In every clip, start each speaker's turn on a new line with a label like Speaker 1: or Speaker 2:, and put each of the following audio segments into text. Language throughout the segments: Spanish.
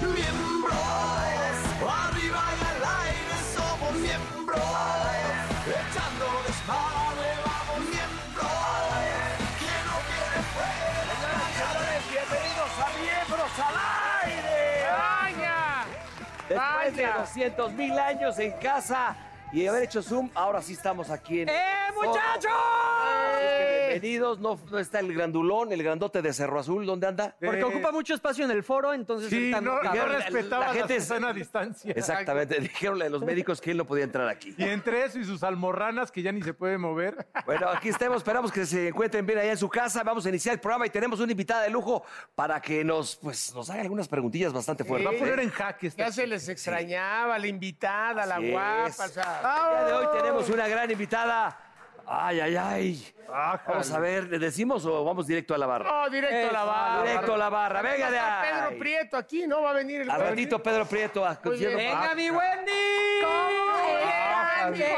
Speaker 1: Miembros, arriba y al aire somos miembros, echando desmadre vamos miembros, quien no quiere puede, bienvenidos a miembros al aire.
Speaker 2: ¡Vaya!
Speaker 1: Después de
Speaker 2: Vaya.
Speaker 1: 200 mil años en casa y haber hecho Zoom, ahora sí estamos aquí en...
Speaker 2: ¡Eh, muchachos!
Speaker 1: Bienvenidos, no, no está el grandulón, el grandote de Cerro Azul, ¿dónde anda?
Speaker 3: Porque
Speaker 4: Eh,
Speaker 3: ocupa mucho espacio en el foro, entonces
Speaker 4: Sí,
Speaker 3: ahorita
Speaker 4: no,
Speaker 3: no cabe.
Speaker 4: no
Speaker 1: la-
Speaker 4: respetaba
Speaker 1: la
Speaker 4: la,
Speaker 1: gente es-
Speaker 4: sana distancia.
Speaker 1: Exactamente, dijeron a los médicos que él no podía entrar aquí.
Speaker 4: Y entre eso y sus almorranas que ya ni se puede mover.
Speaker 1: Bueno, aquí estamos, esperamos que se encuentren bien allá en su casa. Vamos a iniciar el programa y tenemos una invitada de lujo para que nos, pues, nos haga algunas preguntillas bastante fuertes.
Speaker 4: Pues Va a poner
Speaker 1: ¿eh?
Speaker 4: en jaque este esta
Speaker 2: Ya se les extrañaba la invitada, la
Speaker 1: Así es.
Speaker 2: guapa. o sea, ¡Oh!
Speaker 1: El día de hoy tenemos una gran invitada. Ay, ay, ay.
Speaker 4: Ah,
Speaker 1: Vamos a ver, ¿le decimos o vamos directo a la barra?
Speaker 2: No, directo a la
Speaker 1: Eso,
Speaker 2: barra.
Speaker 1: Directo a la barra, venga de
Speaker 2: Está
Speaker 1: ahí.
Speaker 2: Pedro Prieto aquí, ¿no? Va a venir el
Speaker 1: Al ratito Pedro Prieto. a-
Speaker 2: Muy bien.
Speaker 1: Ah,
Speaker 3: ¡Venga, mi Wendy!
Speaker 5: Hola,
Speaker 3: ¡Bienvenido,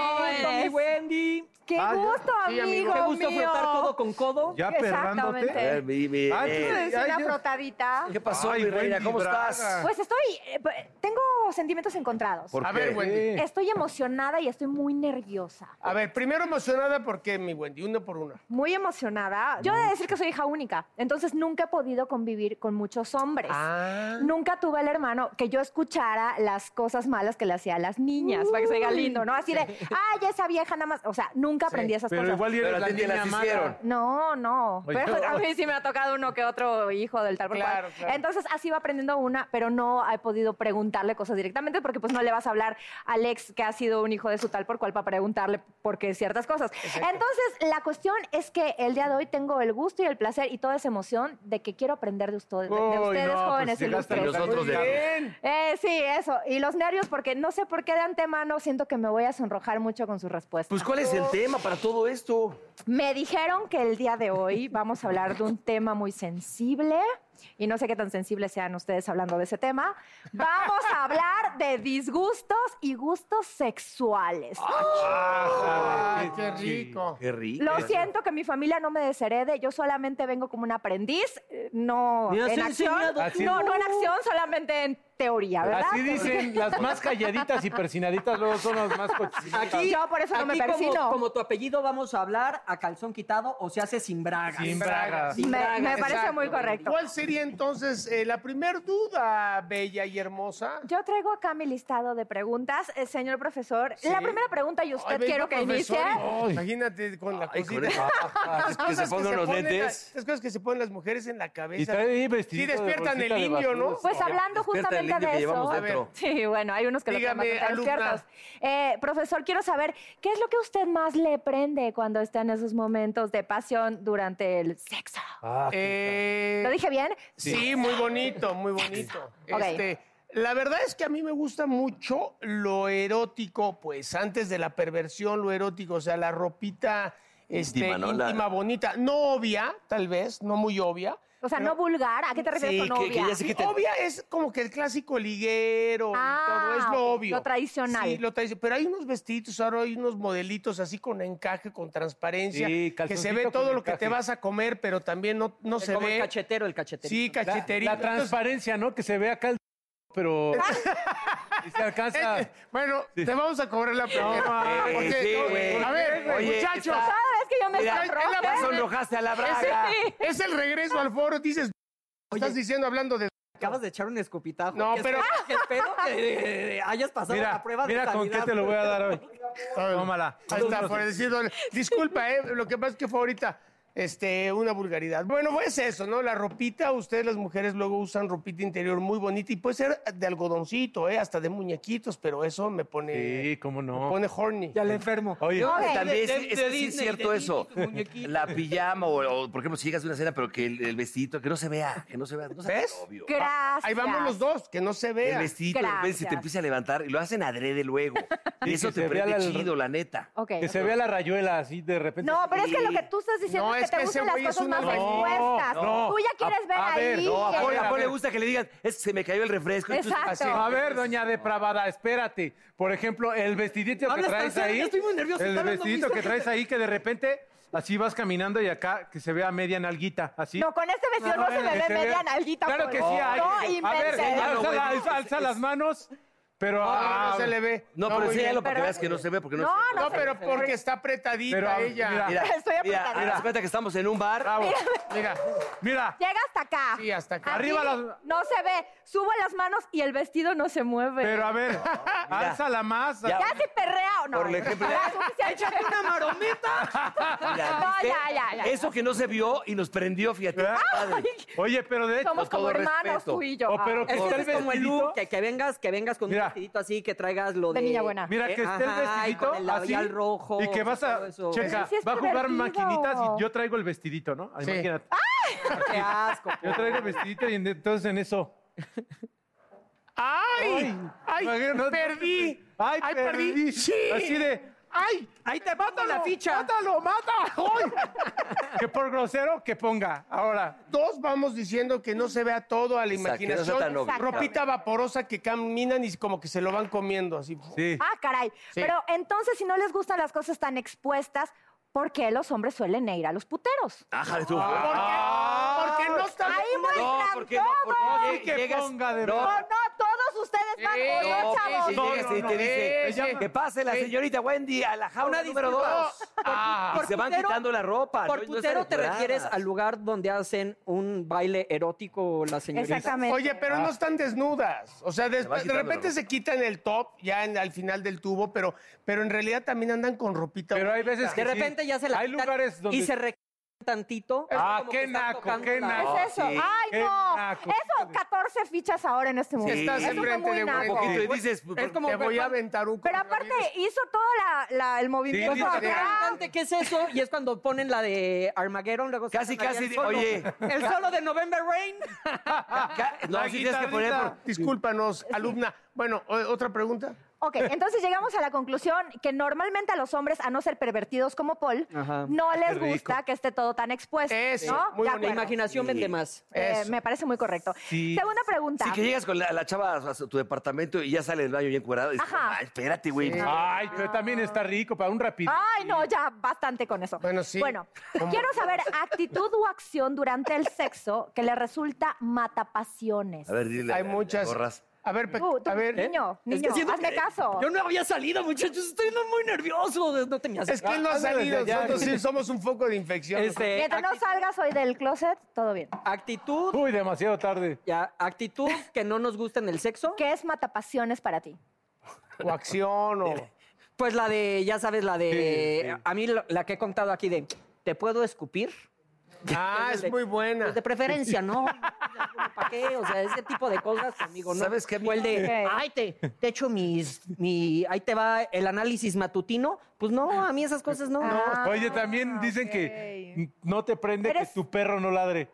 Speaker 3: mi
Speaker 5: amigos.
Speaker 3: Wendy!
Speaker 5: ¡Qué
Speaker 4: Ah, ya.
Speaker 5: gusto,
Speaker 2: Sí,
Speaker 5: amigo!
Speaker 2: amigo,
Speaker 3: ¡Qué gusto
Speaker 5: mío!
Speaker 3: frotar codo con codo!
Speaker 4: ¿Ya
Speaker 5: Exactamente.
Speaker 4: perrándote?
Speaker 1: a ver, mi- mi-
Speaker 4: Ah,
Speaker 1: eh,
Speaker 5: ¿Quieres
Speaker 4: Ay,
Speaker 5: una
Speaker 4: yo-
Speaker 5: frotadita?
Speaker 1: ¿Qué pasó,
Speaker 4: Ay,
Speaker 1: mi reina?
Speaker 4: Wendy
Speaker 1: ¿Cómo
Speaker 4: Braga.
Speaker 1: estás?
Speaker 5: Pues estoy... eh, p- tengo sentimientos encontrados.
Speaker 1: ¿Por
Speaker 2: A ver,
Speaker 1: qué?
Speaker 2: Wendy.
Speaker 4: Sí.
Speaker 5: Estoy emocionada y estoy muy nerviosa.
Speaker 2: A ver, primero emocionada porque mi Wendy, uno por uno.
Speaker 5: Muy emocionada. Yo he de decir que soy hija única, entonces nunca he podido convivir con muchos hombres.
Speaker 4: Ah.
Speaker 5: Nunca tuve el hermano que yo escuchara las cosas malas que le hacía a las niñas, para que se oiga lindo, ¿no? Así de, ay, esa vieja nada más. O sea, nunca aprendí esas
Speaker 4: Pero
Speaker 5: cosas.
Speaker 4: igual y
Speaker 1: Pero
Speaker 4: eres
Speaker 1: a
Speaker 4: la
Speaker 1: ti te
Speaker 4: niña
Speaker 1: las
Speaker 4: mala.
Speaker 1: hicieron.
Speaker 5: No, no.
Speaker 4: Oye,
Speaker 5: Pero
Speaker 4: no.
Speaker 5: a mí sí me ha tocado uno que otro hijo del tal por
Speaker 2: Claro,
Speaker 5: cual.
Speaker 2: claro.
Speaker 5: Entonces así va aprendiendo una, pero no he podido preguntarle cosas directamente porque pues no le vas a hablar al ex que ha sido un hijo de su tal por cual para preguntarle por qué ciertas cosas. Entonces la cuestión es que el día de hoy tengo el gusto y el placer y toda esa emoción de que quiero aprender de ustedes, de
Speaker 4: Uy,
Speaker 5: ustedes
Speaker 4: no, pues
Speaker 5: jóvenes
Speaker 4: llegaste
Speaker 5: ilustres.
Speaker 1: Y nosotros de
Speaker 4: Bien.
Speaker 5: Eh, sí, eso. Y los nervios porque no sé por qué de antemano siento que me voy a sonrojar mucho con sus respuestas.
Speaker 1: Pues, ¿cuál es el tema para todo esto?
Speaker 5: Me dijeron que el día de hoy vamos a hablar de un tema muy sensible y no sé qué tan sensibles sean ustedes hablando de ese tema. Vamos a hablar de disgustos y gustos sexuales.
Speaker 2: Ah,
Speaker 4: Ah,
Speaker 2: ¡Ay, Ah, qué rico!
Speaker 1: Qué rico.
Speaker 5: Lo siento que mi familia no me desherede, yo solamente vengo como un aprendiz, eh, no
Speaker 3: Ni has
Speaker 5: en acción,
Speaker 3: enseñado.
Speaker 4: Así-
Speaker 5: no, no en acción, solamente en teoría, ¿verdad?
Speaker 4: Así dicen, las más calladitas y persinaditas luego son las más cochinitas.
Speaker 3: Aquí,
Speaker 5: Yo por eso no me
Speaker 3: aquí como-
Speaker 5: persino.
Speaker 3: Como, tu apellido vamos a hablar a calzón quitado o se hace sin bragas.
Speaker 4: Sin bragas.
Speaker 5: Me-
Speaker 3: bragas,
Speaker 5: me parece
Speaker 3: exacto.
Speaker 5: muy correcto.
Speaker 2: ¿Cuál sería entonces eh, la primer duda, bella y hermosa?
Speaker 5: Yo traigo acá mi listado de preguntas, eh, señor profesor.
Speaker 2: Sí.
Speaker 5: La primera pregunta y
Speaker 2: Ay,
Speaker 5: usted
Speaker 2: ven,
Speaker 5: quiero que
Speaker 2: profesor,
Speaker 5: inicie.
Speaker 2: y- Imagínate con la
Speaker 1: Ay, con
Speaker 2: cosita. Ah, Esas
Speaker 1: eso. Es que se
Speaker 2: cosas
Speaker 1: pongan
Speaker 2: se
Speaker 1: los
Speaker 2: ponen la-
Speaker 1: lentes.
Speaker 2: Esas cosas que se ponen las mujeres en la cabeza.
Speaker 4: Y trae ahí
Speaker 2: Sí,
Speaker 4: vestidito de
Speaker 2: despiertan el
Speaker 4: bolsita de
Speaker 2: niño, ¿no?
Speaker 4: basura.
Speaker 5: Pues hablando
Speaker 1: Despierta el
Speaker 5: justamente
Speaker 1: indio que
Speaker 5: de
Speaker 1: llevamos
Speaker 5: eso.
Speaker 1: dentro.
Speaker 5: Sí, bueno, hay unos que
Speaker 2: Dígame,
Speaker 5: lo tienen bastante
Speaker 2: alumna.
Speaker 5: despiertos. Eh, profesor, quiero saber, ¿qué es lo que usted más le prende cuando está en esos momentos de pasión durante el sexo?
Speaker 4: Ah,
Speaker 2: Eh,
Speaker 5: ¿Lo dije bien?
Speaker 2: Sí, muy bonito, muy bonito.
Speaker 5: Ok.
Speaker 2: Este, la verdad es que a mí me gusta mucho lo erótico, pues antes de la perversión, lo erótico, o sea, la ropita este,
Speaker 1: Íntima,
Speaker 2: íntima,
Speaker 1: ¿no? La-
Speaker 2: bonita, no obvia, tal vez, no muy obvia.
Speaker 5: O sea, no vulgar. ¿A qué te refieres
Speaker 1: Sí,
Speaker 5: con
Speaker 1: que- que
Speaker 5: obvia?
Speaker 1: ya sé que te-
Speaker 2: Obvia es como que el clásico liguero
Speaker 5: Ah,
Speaker 2: y todo, es lo
Speaker 5: ok,
Speaker 2: obvio.
Speaker 5: lo tradicional.
Speaker 2: Sí, lo tradicional. Pero hay unos vestiditos, ahora hay unos modelitos así con encaje, con transparencia,
Speaker 4: Sí,
Speaker 2: que se
Speaker 4: calzoncito
Speaker 2: ve
Speaker 4: con
Speaker 2: todo lo que
Speaker 4: encaje.
Speaker 2: te vas a comer, pero también no, no se
Speaker 3: como
Speaker 2: ve.
Speaker 3: el cachetero, el cachetero.
Speaker 2: Sí,
Speaker 4: la-
Speaker 2: cacheterito.
Speaker 4: La, transparencia, ¿no? Que se ve acá el... Pero... y se alcanza...
Speaker 2: Eh,
Speaker 4: eh,
Speaker 2: Bueno, te vamos a cobrar la primera. Ah,
Speaker 4: mames,
Speaker 2: Porque,
Speaker 1: sí,
Speaker 2: no,
Speaker 1: güey.
Speaker 2: a ver,
Speaker 1: Oye,
Speaker 2: muchachos,
Speaker 1: está-
Speaker 5: Cada vez que yo me
Speaker 1: Mira,
Speaker 5: sonrojo-
Speaker 2: es la
Speaker 1: ya sonrojaste a la braga.
Speaker 2: es el regreso al foro, dices, estás diciendo hablando de
Speaker 3: Acabas de echar un escupitajo.
Speaker 2: No,
Speaker 3: que
Speaker 2: pero-
Speaker 3: espero- que espero que eh, hayas pasado la
Speaker 4: Mira,
Speaker 3: prueba de
Speaker 4: mira con qué
Speaker 3: calidad.
Speaker 4: te lo voy a dar hoy.
Speaker 2: Ay,
Speaker 4: Tómala.
Speaker 2: Ahí está, por decir, doble. Disculpa, eh, lo que pasa es que fue ahorita este, una vulgaridad. Bueno, pues eso, ¿no? La ropita, ustedes las mujeres luego usan ropita interior muy bonita y puede ser de algodoncito, ¿eh? Hasta de muñequitos, pero eso me pone...
Speaker 4: Sí, cómo
Speaker 2: me
Speaker 4: no.
Speaker 2: pone horny.
Speaker 3: Ya le enfermo.
Speaker 4: Oye,
Speaker 5: Ok.
Speaker 1: Pero También
Speaker 2: De-
Speaker 1: es,
Speaker 2: de-
Speaker 1: es
Speaker 2: de
Speaker 1: que sí es
Speaker 2: Disney,
Speaker 1: cierto
Speaker 2: de
Speaker 1: eso.
Speaker 2: Disney, tu muñequito.
Speaker 1: La pijama o, o, por ejemplo, si llegas a una cena, pero que el, el vestidito, que no se vea, que no se vea. No sea
Speaker 2: ¿Ves?
Speaker 1: tan obvio.
Speaker 5: Gracias.
Speaker 2: Ahí vamos los dos, que no se
Speaker 1: El
Speaker 2: vea.
Speaker 1: vestidito, de repente se te
Speaker 5: Gracias.
Speaker 1: empieza a levantar y lo hacen adrede luego. Y
Speaker 4: Sí,
Speaker 1: eso
Speaker 4: que
Speaker 1: te
Speaker 4: se vea
Speaker 1: prende
Speaker 4: la-
Speaker 1: chido, la neta.
Speaker 5: Ok,
Speaker 4: que
Speaker 5: ok.
Speaker 4: se vea la rayuela así de repente.
Speaker 5: No, pero es que lo que tú estás diciendo
Speaker 2: No,
Speaker 5: es que
Speaker 2: es
Speaker 5: te
Speaker 2: que ese
Speaker 5: gustan las
Speaker 2: güey es
Speaker 5: cosas
Speaker 2: una
Speaker 5: más
Speaker 4: No,
Speaker 5: expuestas.
Speaker 4: no.
Speaker 5: Tú ya quieres
Speaker 4: A-
Speaker 5: ver
Speaker 4: a
Speaker 5: ahí.
Speaker 4: ver, no,
Speaker 1: A
Speaker 4: A
Speaker 1: Paul,
Speaker 4: ver,
Speaker 1: a
Speaker 4: a
Speaker 1: Paul le
Speaker 4: ver.
Speaker 1: gusta que le digan, es que se me cayó el refresco. Entonces,
Speaker 5: Exacto.
Speaker 1: así,
Speaker 4: A ver, doña depravada, espérate. Por ejemplo, el vestidito que
Speaker 3: Hablas tan
Speaker 4: traes
Speaker 3: serio
Speaker 4: ahí.
Speaker 3: que estoy muy nervioso,
Speaker 4: El
Speaker 3: está hablando
Speaker 4: vestidito
Speaker 3: muy
Speaker 4: que
Speaker 3: serio.
Speaker 4: traes ahí que de repente así vas caminando y acá que se vea media nalguita, así.
Speaker 5: No, con este vestido no,
Speaker 4: Ah,
Speaker 5: se me
Speaker 4: que
Speaker 5: ve media
Speaker 4: vea.
Speaker 5: nalguita.
Speaker 4: Claro
Speaker 5: Paul.
Speaker 4: que sí hay.
Speaker 5: No
Speaker 4: a ver,
Speaker 5: inventes.
Speaker 1: ya no,
Speaker 4: alza,
Speaker 1: güey,
Speaker 4: la-
Speaker 1: no,
Speaker 4: alza-
Speaker 1: es-
Speaker 4: alza las manos, pero...
Speaker 2: No,
Speaker 4: ah,
Speaker 2: no se le ve.
Speaker 1: No,
Speaker 2: muy
Speaker 1: pero
Speaker 2: bien.
Speaker 1: enséñalo para que
Speaker 5: Pero-
Speaker 1: veas que no se ve, porque no,
Speaker 5: No,
Speaker 1: se ve.
Speaker 5: no
Speaker 2: No,
Speaker 5: se
Speaker 2: pero
Speaker 5: ve.
Speaker 2: porque está apretadita
Speaker 4: Pero,
Speaker 2: ella. Mira,
Speaker 4: mira.
Speaker 5: Estoy
Speaker 1: mira,
Speaker 5: apretada.
Speaker 1: haz de cuenta que estamos en un bar.
Speaker 4: bravo. Mira,
Speaker 5: Llega hasta acá.
Speaker 2: Sí, hasta acá.
Speaker 5: Aquí
Speaker 4: Arriba las-
Speaker 5: No se ve. Subo las manos y el vestido no se mueve.
Speaker 4: pero a ver, alza la más.
Speaker 1: Ya.
Speaker 5: Ya si perrea o no.
Speaker 1: Por ejemplo-
Speaker 5: Ya, suficiente.
Speaker 3: ¡Una marometa!
Speaker 1: Mira,
Speaker 5: No,
Speaker 1: ¿viste?
Speaker 5: ya, ya, ya.
Speaker 1: Eso que no se vio y nos prendió, fíjate.
Speaker 4: ¿Verdad?
Speaker 1: Padre.
Speaker 4: Ah. Oye, pero de hecho...
Speaker 5: Somos
Speaker 1: todo
Speaker 5: como hermanos
Speaker 1: respeto.
Speaker 5: tú y yo.
Speaker 4: Oh, pero-
Speaker 5: Ah,
Speaker 3: Es que
Speaker 4: Por
Speaker 3: es como el
Speaker 4: vestidito.
Speaker 3: look, que, que vengas, que vengas con
Speaker 4: Mira.
Speaker 3: un vestidito así, que traigas lo de... Eh,
Speaker 5: De niña buena.
Speaker 4: Mira, que esté el
Speaker 3: Ajá, y
Speaker 4: vestidito
Speaker 3: con el
Speaker 4: así
Speaker 3: labial rojo.
Speaker 4: y que vas
Speaker 3: todo
Speaker 4: a...
Speaker 3: eso.
Speaker 4: Checa,
Speaker 5: Pero sí es
Speaker 4: va a jugar
Speaker 5: pervertido.
Speaker 4: maquinitas y yo traigo el vestidito, ¿no? Ah,
Speaker 2: Sí.
Speaker 4: Imagínate.
Speaker 3: Qué asco.
Speaker 4: Yo traigo el vestidito y en- entonces en eso...
Speaker 2: ¡Ay! ¡Ay!
Speaker 4: Imagínate, no-
Speaker 2: ¡Perdí!
Speaker 4: ¡Ay, perdí!
Speaker 2: ¡Sí!
Speaker 4: Así de...
Speaker 2: ¡Ay!
Speaker 3: Ahí te mando la ficha.
Speaker 2: ¡Mátalo, mátalo!
Speaker 4: Que por grosero que ponga. Ahora,
Speaker 2: Dos vamos diciendo que no se vea todo a la
Speaker 1: Exacto, que no sea
Speaker 2: imaginación.
Speaker 1: tan obvio.
Speaker 5: Exacto.
Speaker 2: Ropita vaporosa que caminan y como que se lo van comiendo así.
Speaker 4: sí.
Speaker 5: Ah, caray.
Speaker 2: Sí.
Speaker 5: Pero entonces, si no les gustan las cosas tan expuestas, ¿por qué los hombres suelen ir a los puteros?
Speaker 1: Ájale tú.
Speaker 2: ¿Por qué? Porque no está
Speaker 5: Ahí muestran
Speaker 1: No, porque no,
Speaker 5: todo.
Speaker 1: porque
Speaker 4: No,
Speaker 1: lleg-
Speaker 4: que
Speaker 1: llegas-
Speaker 4: ponga de
Speaker 5: No,
Speaker 1: no,
Speaker 5: no, todos ustedes van.
Speaker 2: Eh,
Speaker 5: Oye,
Speaker 1: no,
Speaker 5: chavos.
Speaker 1: sí, sí,
Speaker 4: No,
Speaker 1: llegas
Speaker 4: no,
Speaker 1: y
Speaker 4: no.
Speaker 1: te dice,
Speaker 2: Sí, sí.
Speaker 1: que pase la
Speaker 2: Sí.
Speaker 1: señorita Wendy a la jaula
Speaker 3: Una
Speaker 1: número
Speaker 3: disculpa.
Speaker 1: dos.
Speaker 2: Ah,
Speaker 1: Y se van
Speaker 3: putero-
Speaker 1: quitando la ropa.
Speaker 3: Por
Speaker 1: ¿no? Y no
Speaker 3: putero
Speaker 1: están
Speaker 3: te
Speaker 1: desnudadas.
Speaker 3: refieres al lugar donde hacen un baile erótico las señoritas. Ah.
Speaker 5: Exactamente.
Speaker 2: Oye, pero
Speaker 4: Ah.
Speaker 2: no están desnudas. O sea, des-
Speaker 1: Se va
Speaker 2: de
Speaker 1: quitando
Speaker 2: repente
Speaker 1: la
Speaker 2: se quitan el top ya en- al final del tubo, pero, pero en realidad también andan con ropita.
Speaker 4: Pero hay veces que
Speaker 3: De repente
Speaker 4: sí.
Speaker 3: ya se la
Speaker 4: Hay
Speaker 3: quitan
Speaker 4: lugares donde...
Speaker 3: y se re tantito.
Speaker 4: Ah,
Speaker 3: Como
Speaker 4: qué
Speaker 3: que están
Speaker 4: naco,
Speaker 3: tocando
Speaker 4: qué
Speaker 3: la-
Speaker 4: naco.
Speaker 5: ¿Qué es eso?
Speaker 1: Sí.
Speaker 5: ¡Ay,
Speaker 2: Eh,
Speaker 4: Qué
Speaker 5: no!
Speaker 2: ah,
Speaker 4: naco.
Speaker 5: Eso, 14 fichas ahora en este momento.
Speaker 2: Estás
Speaker 5: eso fue
Speaker 2: enfrente
Speaker 5: muy
Speaker 2: de
Speaker 5: naco.
Speaker 1: Un poquito y
Speaker 2: Sí.
Speaker 1: dices,
Speaker 3: Es como
Speaker 2: "Pues, Te voy a
Speaker 3: ver-
Speaker 2: aventar un
Speaker 5: Pero aparte
Speaker 2: coronavirus.
Speaker 5: hizo todo la- la- el movimiento
Speaker 4: dice,
Speaker 5: acá.
Speaker 3: Cantante, ¿Qué es eso? Y es cuando ponen la de Armageddon, luego
Speaker 1: Casi,
Speaker 3: sacan ahí
Speaker 1: casi,
Speaker 3: el solo.
Speaker 1: oye.
Speaker 3: El solo de November Rain.
Speaker 1: ca- no, si tienes que poner... por-
Speaker 2: Discúlpanos, alumna. Bueno, o- otra pregunta.
Speaker 5: Ok, entonces llegamos a la conclusión que normalmente a los hombres, a no ser pervertidos como Paul,
Speaker 3: Ajá.
Speaker 5: no les
Speaker 4: rico.
Speaker 5: gusta que esté todo tan expuesto.
Speaker 2: Eso,
Speaker 5: ¿no?
Speaker 2: muy
Speaker 5: De
Speaker 2: bonito.
Speaker 3: La
Speaker 5: acuerdo.
Speaker 3: imaginación vende más.
Speaker 5: Eh,
Speaker 2: Eso.
Speaker 5: me parece muy correcto.
Speaker 4: Sí.
Speaker 5: Segunda pregunta.
Speaker 1: Sí, que llegas con la, la chava a su- a tu departamento y ya sale del baño bien curada.
Speaker 5: Ajá.
Speaker 1: Ajá. Espérate, güey.
Speaker 4: Ay, pero también está rico para un rapidito.
Speaker 5: Ay, no, ya bastante con eso.
Speaker 2: Bueno, sí.
Speaker 5: Bueno,
Speaker 2: ¿Cómo?
Speaker 5: quiero saber actitud o acción durante el sexo que le resulta matapasiones.
Speaker 1: A ver, dile.
Speaker 2: Hay
Speaker 1: a-
Speaker 2: muchas.
Speaker 1: gorras.
Speaker 2: A ver, pe-
Speaker 5: Tú, tú,
Speaker 2: a ver.
Speaker 5: niño,
Speaker 3: ¿eh? Es que
Speaker 5: niño,
Speaker 3: siento
Speaker 5: hazme
Speaker 3: que-
Speaker 5: caso.
Speaker 3: Yo no había salido, muchachos. Estoy no- muy nervioso. No tenía
Speaker 2: Es que él no ha
Speaker 4: ándale,
Speaker 2: salido.
Speaker 4: ya, ya.
Speaker 2: Nosotros sí somos un foco de infección.
Speaker 3: Este,
Speaker 5: Mientras no
Speaker 3: acti-
Speaker 5: salgas hoy del closet, todo bien.
Speaker 3: actitud,
Speaker 4: Uy, demasiado tarde.
Speaker 3: ya, actitud que no nos gusta en el sexo.
Speaker 5: ¿Qué es matapasiones para ti?
Speaker 2: O acción o.
Speaker 3: Pues la de, ya sabes, la de.
Speaker 4: Sí, sí.
Speaker 3: A mí lo- la que he contado aquí de. ¿Te puedo escupir?
Speaker 2: Ah, es muy buena.
Speaker 3: Pues de preferencia, no. ¿Para qué? O sea, ese tipo de cosas conmigo, ¿no?
Speaker 1: ¿Sabes qué?
Speaker 3: O el de,
Speaker 5: Ok.
Speaker 3: ay, te, te echo mis, mi, ahí te va el análisis matutino. Pues no, a mí esas cosas no.
Speaker 5: Ah,
Speaker 4: Oye, también dicen que no te prende
Speaker 5: Eres-
Speaker 4: que tu perro no ladre.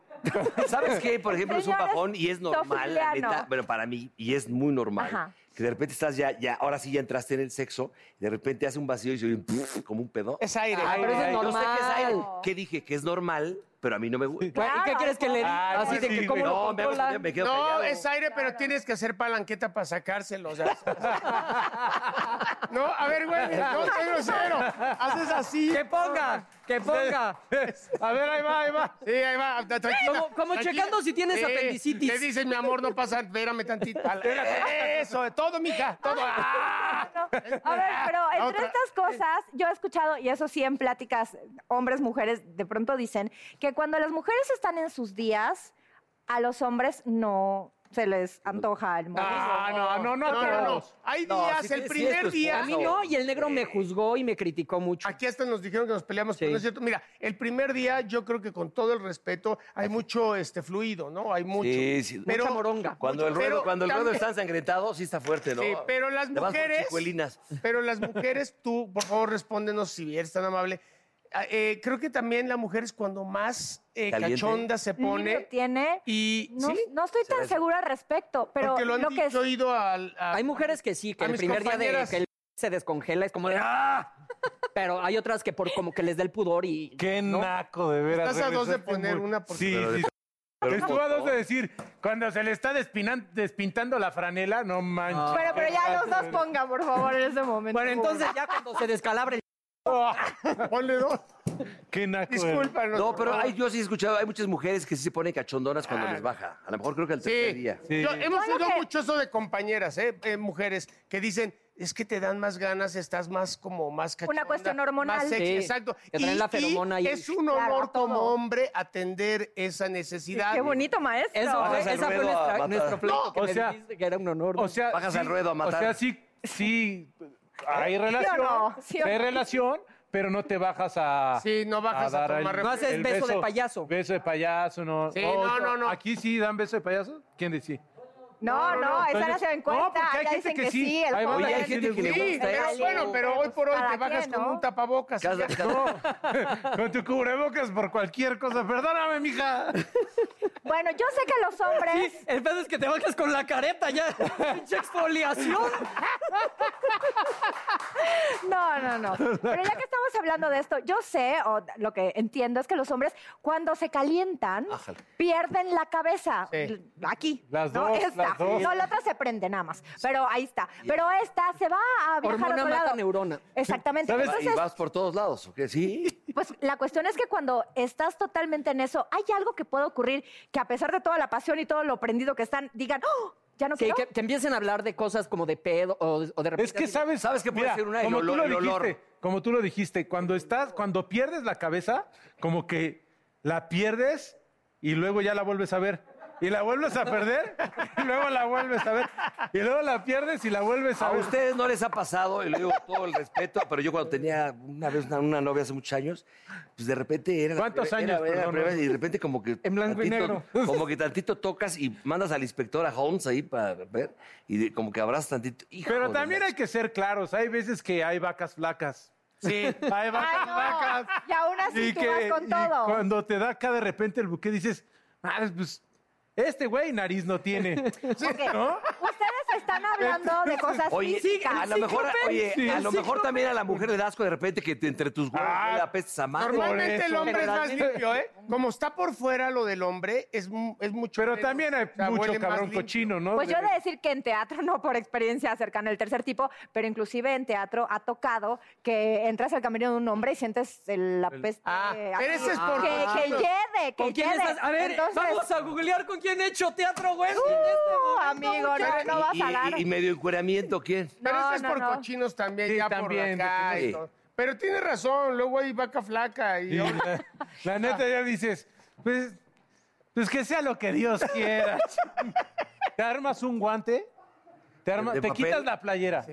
Speaker 1: ¿Sabes qué? Por ejemplo, es un
Speaker 5: Señores,
Speaker 1: bajón y es normal, la
Speaker 5: zoofiliano.
Speaker 1: neta. Bueno, para mí, y es muy normal.
Speaker 5: Ajá.
Speaker 1: Que de repente estás ya, ya, ahora sí ya entraste en el sexo, y de repente hace un vacío y se oye un pf, como un pedo.
Speaker 2: Es aire.
Speaker 3: Ah, pero eso es
Speaker 4: Ay,
Speaker 1: Yo sé que es aire.
Speaker 3: normal.
Speaker 5: No.
Speaker 1: ¿Qué dije? Que es normal, pero a mí no me
Speaker 3: Güey, ¿Y
Speaker 1: gusta.
Speaker 3: qué
Speaker 5: Claro,
Speaker 3: quieres que le diga?
Speaker 4: claro.
Speaker 3: Así de
Speaker 4: Sí,
Speaker 3: que cómo
Speaker 4: güey.
Speaker 3: lo
Speaker 1: pues No, me, hago escuchar,
Speaker 3: controlan.
Speaker 1: me quedo
Speaker 2: No,
Speaker 1: callado.
Speaker 2: es aire, pero tienes que hacer palanqueta para sacárselo. o sea. no, a ver, güey, no, soy grosero. Haces así.
Speaker 3: Que ponga, que ponga.
Speaker 4: A ver, ahí va, ahí va.
Speaker 2: Sí, ahí va. tra- Tranquila,
Speaker 3: Como- como
Speaker 2: tranquila.
Speaker 3: checando si tienes apendicitis.
Speaker 2: Te dicen, mi amor, no pasa, espérame tantito. Espérate. Eso, todo, mija, todo. Ah.
Speaker 5: No, A ver, pero
Speaker 2: La
Speaker 5: entre
Speaker 2: otra.
Speaker 5: estas cosas, yo he escuchado, y eso sí en pláticas, hombres, mujeres, de pronto dicen que cuando las mujeres están en sus días, a los hombres no, se les antoja el momento.
Speaker 4: Ah, no, no, no,
Speaker 2: No, no, no.
Speaker 4: todos.
Speaker 2: Hay
Speaker 1: No,
Speaker 2: días,
Speaker 1: sí,
Speaker 2: el
Speaker 1: sí, sí, es
Speaker 2: primer
Speaker 1: tu
Speaker 2: día.
Speaker 3: A mí no, y el negro me juzgó y me criticó mucho.
Speaker 2: Aquí hasta nos dijeron que nos peleamos, pero no es cierto. Mira, el primer día yo creo que con todo el respeto hay mucho este fluido, ¿no? Hay mucho.
Speaker 1: Sí, sí.
Speaker 2: Pero
Speaker 3: Mucha moronga.
Speaker 1: Cuando el
Speaker 2: Pero
Speaker 1: ruedo, cuando el ruedo
Speaker 2: también-
Speaker 1: está ensangrentado, sí está fuerte, ¿no?
Speaker 2: Sí, pero las
Speaker 1: Te vas por
Speaker 2: mujeres-
Speaker 1: chicuelinas.
Speaker 2: Pero las mujeres, tú, por favor, respóndenos si eres tan amable. Ah, eh, creo que también la mujer es cuando más eh,
Speaker 1: Caliente.
Speaker 2: cachonda se
Speaker 5: Libro
Speaker 2: pone.
Speaker 5: tiene.
Speaker 2: Y
Speaker 5: No,
Speaker 2: sí,
Speaker 5: no estoy tan
Speaker 1: ¿Será eso?
Speaker 5: segura al respecto, pero
Speaker 2: porque lo han
Speaker 5: que es-
Speaker 2: dicho, oído al. a-
Speaker 3: Hay mujeres que sí, que
Speaker 2: A
Speaker 3: el
Speaker 2: mis
Speaker 3: primer día de
Speaker 2: compañeras.
Speaker 3: que el se descongela es como de ¡ah! Pero hay otras que por como que les da el pudor y.
Speaker 4: Qué
Speaker 3: ¿no?
Speaker 4: naco, de veras.
Speaker 2: Estás a dos de
Speaker 4: regresaste
Speaker 2: poner
Speaker 4: muy-
Speaker 2: una por-
Speaker 4: Sí,
Speaker 1: Pero de-
Speaker 4: sí.
Speaker 1: pero
Speaker 4: Estuvo a
Speaker 1: como-
Speaker 4: dos de decir, cuando se le está despinan- despintando la franela, no manches.
Speaker 5: Bueno, Ah, pero
Speaker 4: Ah,
Speaker 5: ya los dos pongan, por favor, en ese momento.
Speaker 3: Bueno, entonces ya cuando se descalabre el.
Speaker 2: Ponle dos.
Speaker 4: Qué naco. de-
Speaker 2: Discúlpanos.
Speaker 1: No,
Speaker 2: por
Speaker 1: pero
Speaker 2: favor.
Speaker 1: hay- yo sí he escuchado, hay muchas mujeres que sí se ponen cachondonas cuando les baja. A lo mejor creo que al tercer
Speaker 2: Ah. Sí.
Speaker 1: día.
Speaker 4: Sí.
Speaker 2: Yo- hemos
Speaker 5: Yo lo
Speaker 2: oído
Speaker 5: que-
Speaker 2: mucho eso de compañeras, eh, eh, mujeres, que dicen, es que te dan más ganas, estás más como más cachonda,
Speaker 5: cuestión hormonal.
Speaker 2: más sexy",
Speaker 3: Sí,
Speaker 2: exacto.
Speaker 3: te traen la feromona ahí.
Speaker 2: es un
Speaker 5: Claro,
Speaker 2: honor
Speaker 5: todo.
Speaker 2: como hombre atender esa
Speaker 5: Sí,
Speaker 2: necesidad.
Speaker 5: Qué bonito, maestro.
Speaker 3: Eso fue-
Speaker 1: Bajas al
Speaker 3: esa fue
Speaker 1: ruedo a
Speaker 3: nuestra,
Speaker 1: matar.
Speaker 3: nuestro pleito
Speaker 4: No,
Speaker 3: que
Speaker 4: o
Speaker 3: me
Speaker 4: sea-
Speaker 3: dijiste que era un honor.
Speaker 4: O sea,
Speaker 1: Bajas al ruedo a matar.
Speaker 4: O sea, sí, sí, hay relación,
Speaker 5: ¿Sí o no? ¿Sí o
Speaker 4: hay
Speaker 5: no?
Speaker 4: relación, pero no te bajas a...
Speaker 2: Sí, no bajas a
Speaker 4: dar
Speaker 2: tomar
Speaker 4: el-
Speaker 2: refri- No
Speaker 3: haces
Speaker 4: el
Speaker 3: beso de payaso.
Speaker 4: Beso de payaso, no.
Speaker 2: Sí, no, no, no.
Speaker 4: Aquí sí dan beso de payaso. ¿Quién decía?
Speaker 5: No, no, esa no se da en
Speaker 4: No,
Speaker 5: cuenta.
Speaker 4: porque hay
Speaker 5: ya
Speaker 4: gente
Speaker 5: dicen
Speaker 4: que
Speaker 5: que
Speaker 4: sí.
Speaker 5: sí, el
Speaker 4: Ahí va
Speaker 5: joven.
Speaker 1: Oye, hay
Speaker 4: Sí,
Speaker 1: gente que le
Speaker 2: Sí,
Speaker 1: gusta
Speaker 2: pero
Speaker 1: eso.
Speaker 5: Dale.
Speaker 2: bueno, pero hoy por hoy
Speaker 5: Cada
Speaker 2: te bajas
Speaker 5: quien,
Speaker 2: con
Speaker 5: ¿no?
Speaker 2: un tapabocas. y
Speaker 1: Cada-
Speaker 2: ya.
Speaker 1: cada-
Speaker 4: Con tu cubrebocas por cualquier cosa. Perdóname, mija.
Speaker 5: Bueno, yo sé que los hombres.
Speaker 3: Sí, el pedo es que te bajas con la careta ya. Pinche exfoliación.
Speaker 5: No, no, no. Pero ya que estamos hablando de esto, yo sé, o lo que entiendo es que los hombres, cuando se calientan,
Speaker 1: Ájale.
Speaker 5: pierden la cabeza.
Speaker 2: Sí.
Speaker 5: L- Aquí.
Speaker 4: Las
Speaker 5: ¿no?
Speaker 4: dos,
Speaker 5: Esta.
Speaker 4: las dos.
Speaker 5: No, la otra se prende nada más. Pero ahí está. Pero esta se va a viajar a
Speaker 3: Hormona
Speaker 5: otro
Speaker 3: mata
Speaker 5: lado. pues,
Speaker 3: neurona.
Speaker 5: Exactamente.
Speaker 4: ¿Sabes?
Speaker 1: Y
Speaker 5: Entonces,
Speaker 1: vas por todos lados, ¿o qué? Sí.
Speaker 5: Pues la cuestión es que cuando estás totalmente en eso, hay algo que puede ocurrir que a pesar de toda la pasión y todo lo prendido que están, digan, ¡Oh! ya no
Speaker 3: Sí,
Speaker 5: quiero.
Speaker 3: que te empiecen a hablar de cosas como de pedo o, o de repente.
Speaker 4: Es que
Speaker 3: así de-
Speaker 4: sabes,
Speaker 1: ¿Sabes qué puede
Speaker 4: mira,
Speaker 1: ser una? El
Speaker 4: como tú
Speaker 1: olor-
Speaker 4: lo
Speaker 1: el olor.
Speaker 4: dijiste, como tú lo dijiste, cuando estás, cuando pierdes la cabeza, como que la pierdes y luego ya la vuelves a ver. Y la vuelves a perder, y luego la vuelves a ver. Y luego la pierdes y la vuelves a,
Speaker 1: A
Speaker 4: ver.
Speaker 1: ustedes no les ha pasado, y lo digo todo el respeto, pero yo cuando tenía una vez una, una novia hace muchos años, pues de repente era... la
Speaker 4: ¿Cuántos
Speaker 1: primera-
Speaker 4: años,
Speaker 1: era- era la
Speaker 4: perdón?
Speaker 1: primera vez, y de repente como que...
Speaker 4: En blanco y
Speaker 1: tantito-
Speaker 4: negro.
Speaker 1: Como que tantito tocas y mandas al inspector a Holmes ahí para ver, y de- como que abrazas tantito. Híjole,
Speaker 4: Pero también hay que ser claros, hay veces que hay vacas flacas. Sí. Hay vacas
Speaker 5: Ay, no.
Speaker 4: flacas.
Speaker 5: Y aún así tú vas con
Speaker 4: y
Speaker 5: todo.
Speaker 4: cuando te da acá de repente el buque dices, "Madres, pues este güey nariz no tiene.
Speaker 5: Ok.
Speaker 4: ¿No?
Speaker 5: Ustedes están hablando de cosas
Speaker 1: Oye,
Speaker 5: físicas.
Speaker 1: a lo mejor, oye,
Speaker 4: Sí,
Speaker 1: a lo
Speaker 4: sí,
Speaker 1: mejor también a la mujer le das asco de repente que te- entre tus huevos
Speaker 4: Ah,
Speaker 1: huele a pestes a madre.
Speaker 4: Por
Speaker 2: Normalmente el
Speaker 4: eso.
Speaker 2: hombre es
Speaker 4: Pero
Speaker 2: más
Speaker 4: también-
Speaker 2: limpio, ¿eh? Como está por fuera lo del hombre, es, mu- es mucho.
Speaker 4: Pero
Speaker 2: menos.
Speaker 4: también hay
Speaker 2: O sea,
Speaker 4: mucho
Speaker 2: huele más
Speaker 4: cabrón
Speaker 2: limpio.
Speaker 4: cochino, ¿no?
Speaker 5: Pues yo
Speaker 4: De-
Speaker 5: he de decir que en teatro, no por experiencia cercana al tercer tipo, pero inclusive en teatro ha tocado que entras al camerino de un hombre y sientes el- la peste.
Speaker 2: Ah,
Speaker 5: eh,
Speaker 2: pero
Speaker 5: aquí.
Speaker 2: ese es por
Speaker 5: Que, que
Speaker 2: cochinos.
Speaker 5: lleve, que
Speaker 3: ¿Con quién
Speaker 5: lleve.
Speaker 3: estás? A ver,
Speaker 5: Entonces,
Speaker 3: vamos a googlear con quién he hecho teatro, güey.
Speaker 5: uh, amigo, no, no vas
Speaker 1: Y-
Speaker 5: a dar.
Speaker 1: y, y medio encueramiento, ¿quién?
Speaker 2: Pero
Speaker 5: No,
Speaker 2: eso es
Speaker 5: no,
Speaker 2: por
Speaker 5: no.
Speaker 2: cochinos también,
Speaker 4: Sí,
Speaker 2: ya
Speaker 4: también,
Speaker 2: por acá. y
Speaker 1: sí.
Speaker 2: todo. Pero tienes razón, luego hay vaca flaca y
Speaker 4: Sí, la, la neta ya dices, pues, pues que sea lo que Dios quiera. te armas un guante, te, arma-
Speaker 1: ¿De
Speaker 4: te
Speaker 1: papel?
Speaker 4: quitas la playera,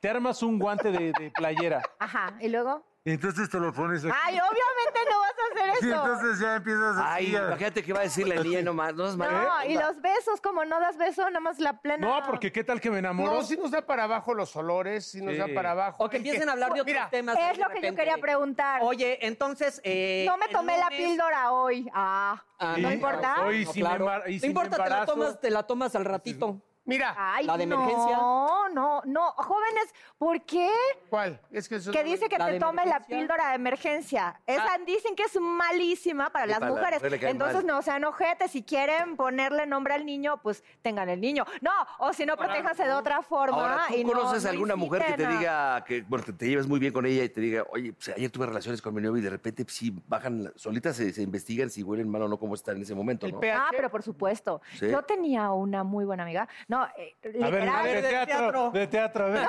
Speaker 4: te armas un guante de, de playera.
Speaker 5: Ajá, y luego.
Speaker 4: Entonces te lo pones aquí.
Speaker 2: Ah,
Speaker 5: Ay, obviamente no vas a hacer
Speaker 4: Y
Speaker 5: eso.
Speaker 4: entonces ya empiezas
Speaker 1: Ay,
Speaker 4: así a-
Speaker 1: imagínate que va a decir la niña nomás. No, es
Speaker 5: No, y los besos, como no das beso, nada más la plena.
Speaker 4: ¿eh? No, porque qué tal que me enamoro.
Speaker 2: No, sí nos da para abajo los olores, sí nos
Speaker 4: Sí.
Speaker 2: da para abajo.
Speaker 3: O que
Speaker 2: Ay,
Speaker 3: empiecen a hablar de otros
Speaker 2: Mira,
Speaker 3: temas. ahí
Speaker 5: Es
Speaker 3: de
Speaker 5: lo que yo
Speaker 3: repente.
Speaker 5: quería preguntar.
Speaker 3: Oye, entonces. eh,
Speaker 5: no me
Speaker 3: el
Speaker 5: tomé la
Speaker 3: lunes-
Speaker 5: píldora hoy. Ah,
Speaker 3: Ah,
Speaker 4: Sí,
Speaker 5: no
Speaker 3: no,
Speaker 5: importa.
Speaker 4: hoy
Speaker 3: no,
Speaker 4: sin
Speaker 3: claro.
Speaker 4: embar- y
Speaker 3: No
Speaker 4: sin
Speaker 3: importa, te la,
Speaker 4: embarazo.
Speaker 3: tomas, te la tomas al ratito.
Speaker 2: Mira,
Speaker 5: Ay,
Speaker 3: La de emergencia.
Speaker 5: No, no, no. Jóvenes, ¿por qué?
Speaker 2: ¿cuál? Es que eso
Speaker 5: Que
Speaker 2: no me-
Speaker 5: dice que
Speaker 3: La
Speaker 5: te
Speaker 3: de
Speaker 5: tome la
Speaker 3: emergencia. Ah.
Speaker 5: píldora de emergencia. Esa dicen que es malísima para
Speaker 1: Sí,
Speaker 5: las
Speaker 1: para la
Speaker 5: mujeres.
Speaker 1: mujer le cae
Speaker 5: Entonces,
Speaker 1: mal.
Speaker 5: no sean ojetes. Si quieren ponerle nombre al niño, pues tengan el niño. No, o si no, protéjanse de otra forma.
Speaker 1: Ahora, ¿tú
Speaker 5: y no-
Speaker 1: conoces
Speaker 5: no
Speaker 1: alguna mujer que te
Speaker 5: inciten a-
Speaker 1: diga que, bueno, te, te lleves muy bien con ella y te diga, oye, pues, ayer tuve relaciones con mi novio y de repente, pues, sí, bajan, la- solitas se, se investigan si huelen mal o no, cómo están en ese momento,
Speaker 2: El
Speaker 1: ¿no?
Speaker 2: pH.
Speaker 5: Ah, pero por supuesto.
Speaker 1: Sí.
Speaker 5: Yo tenía una muy buena amiga. No, eh,
Speaker 4: A ver,
Speaker 5: literal,
Speaker 4: a ver, de teatro.
Speaker 3: teatro.
Speaker 4: De teatro, a ver.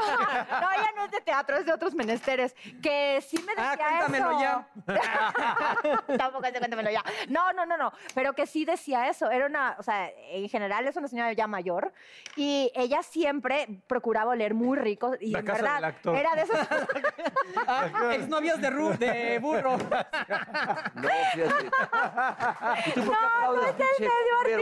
Speaker 5: No, ya no es de teatro, es de otros menesteres. Que sí me decía
Speaker 3: Ah, cuéntamelo
Speaker 5: eso.
Speaker 3: ya.
Speaker 5: Tampoco es de cuéntamelo ya. No, no, no, no. Pero que sí decía eso. Era una, o sea, en general es una señora ya mayor. Y ella siempre procuraba oler muy rico. Y
Speaker 4: La
Speaker 5: en
Speaker 4: casa del
Speaker 5: verdad,
Speaker 4: actor.
Speaker 5: era de esas.
Speaker 3: Ah, exnovias de, Ru- de burro.
Speaker 1: No, fíjate. ¿Y tú
Speaker 5: No,
Speaker 1: por qué
Speaker 5: no
Speaker 1: aplaudes,
Speaker 5: es en
Speaker 1: pinche
Speaker 5: medio
Speaker 1: culero?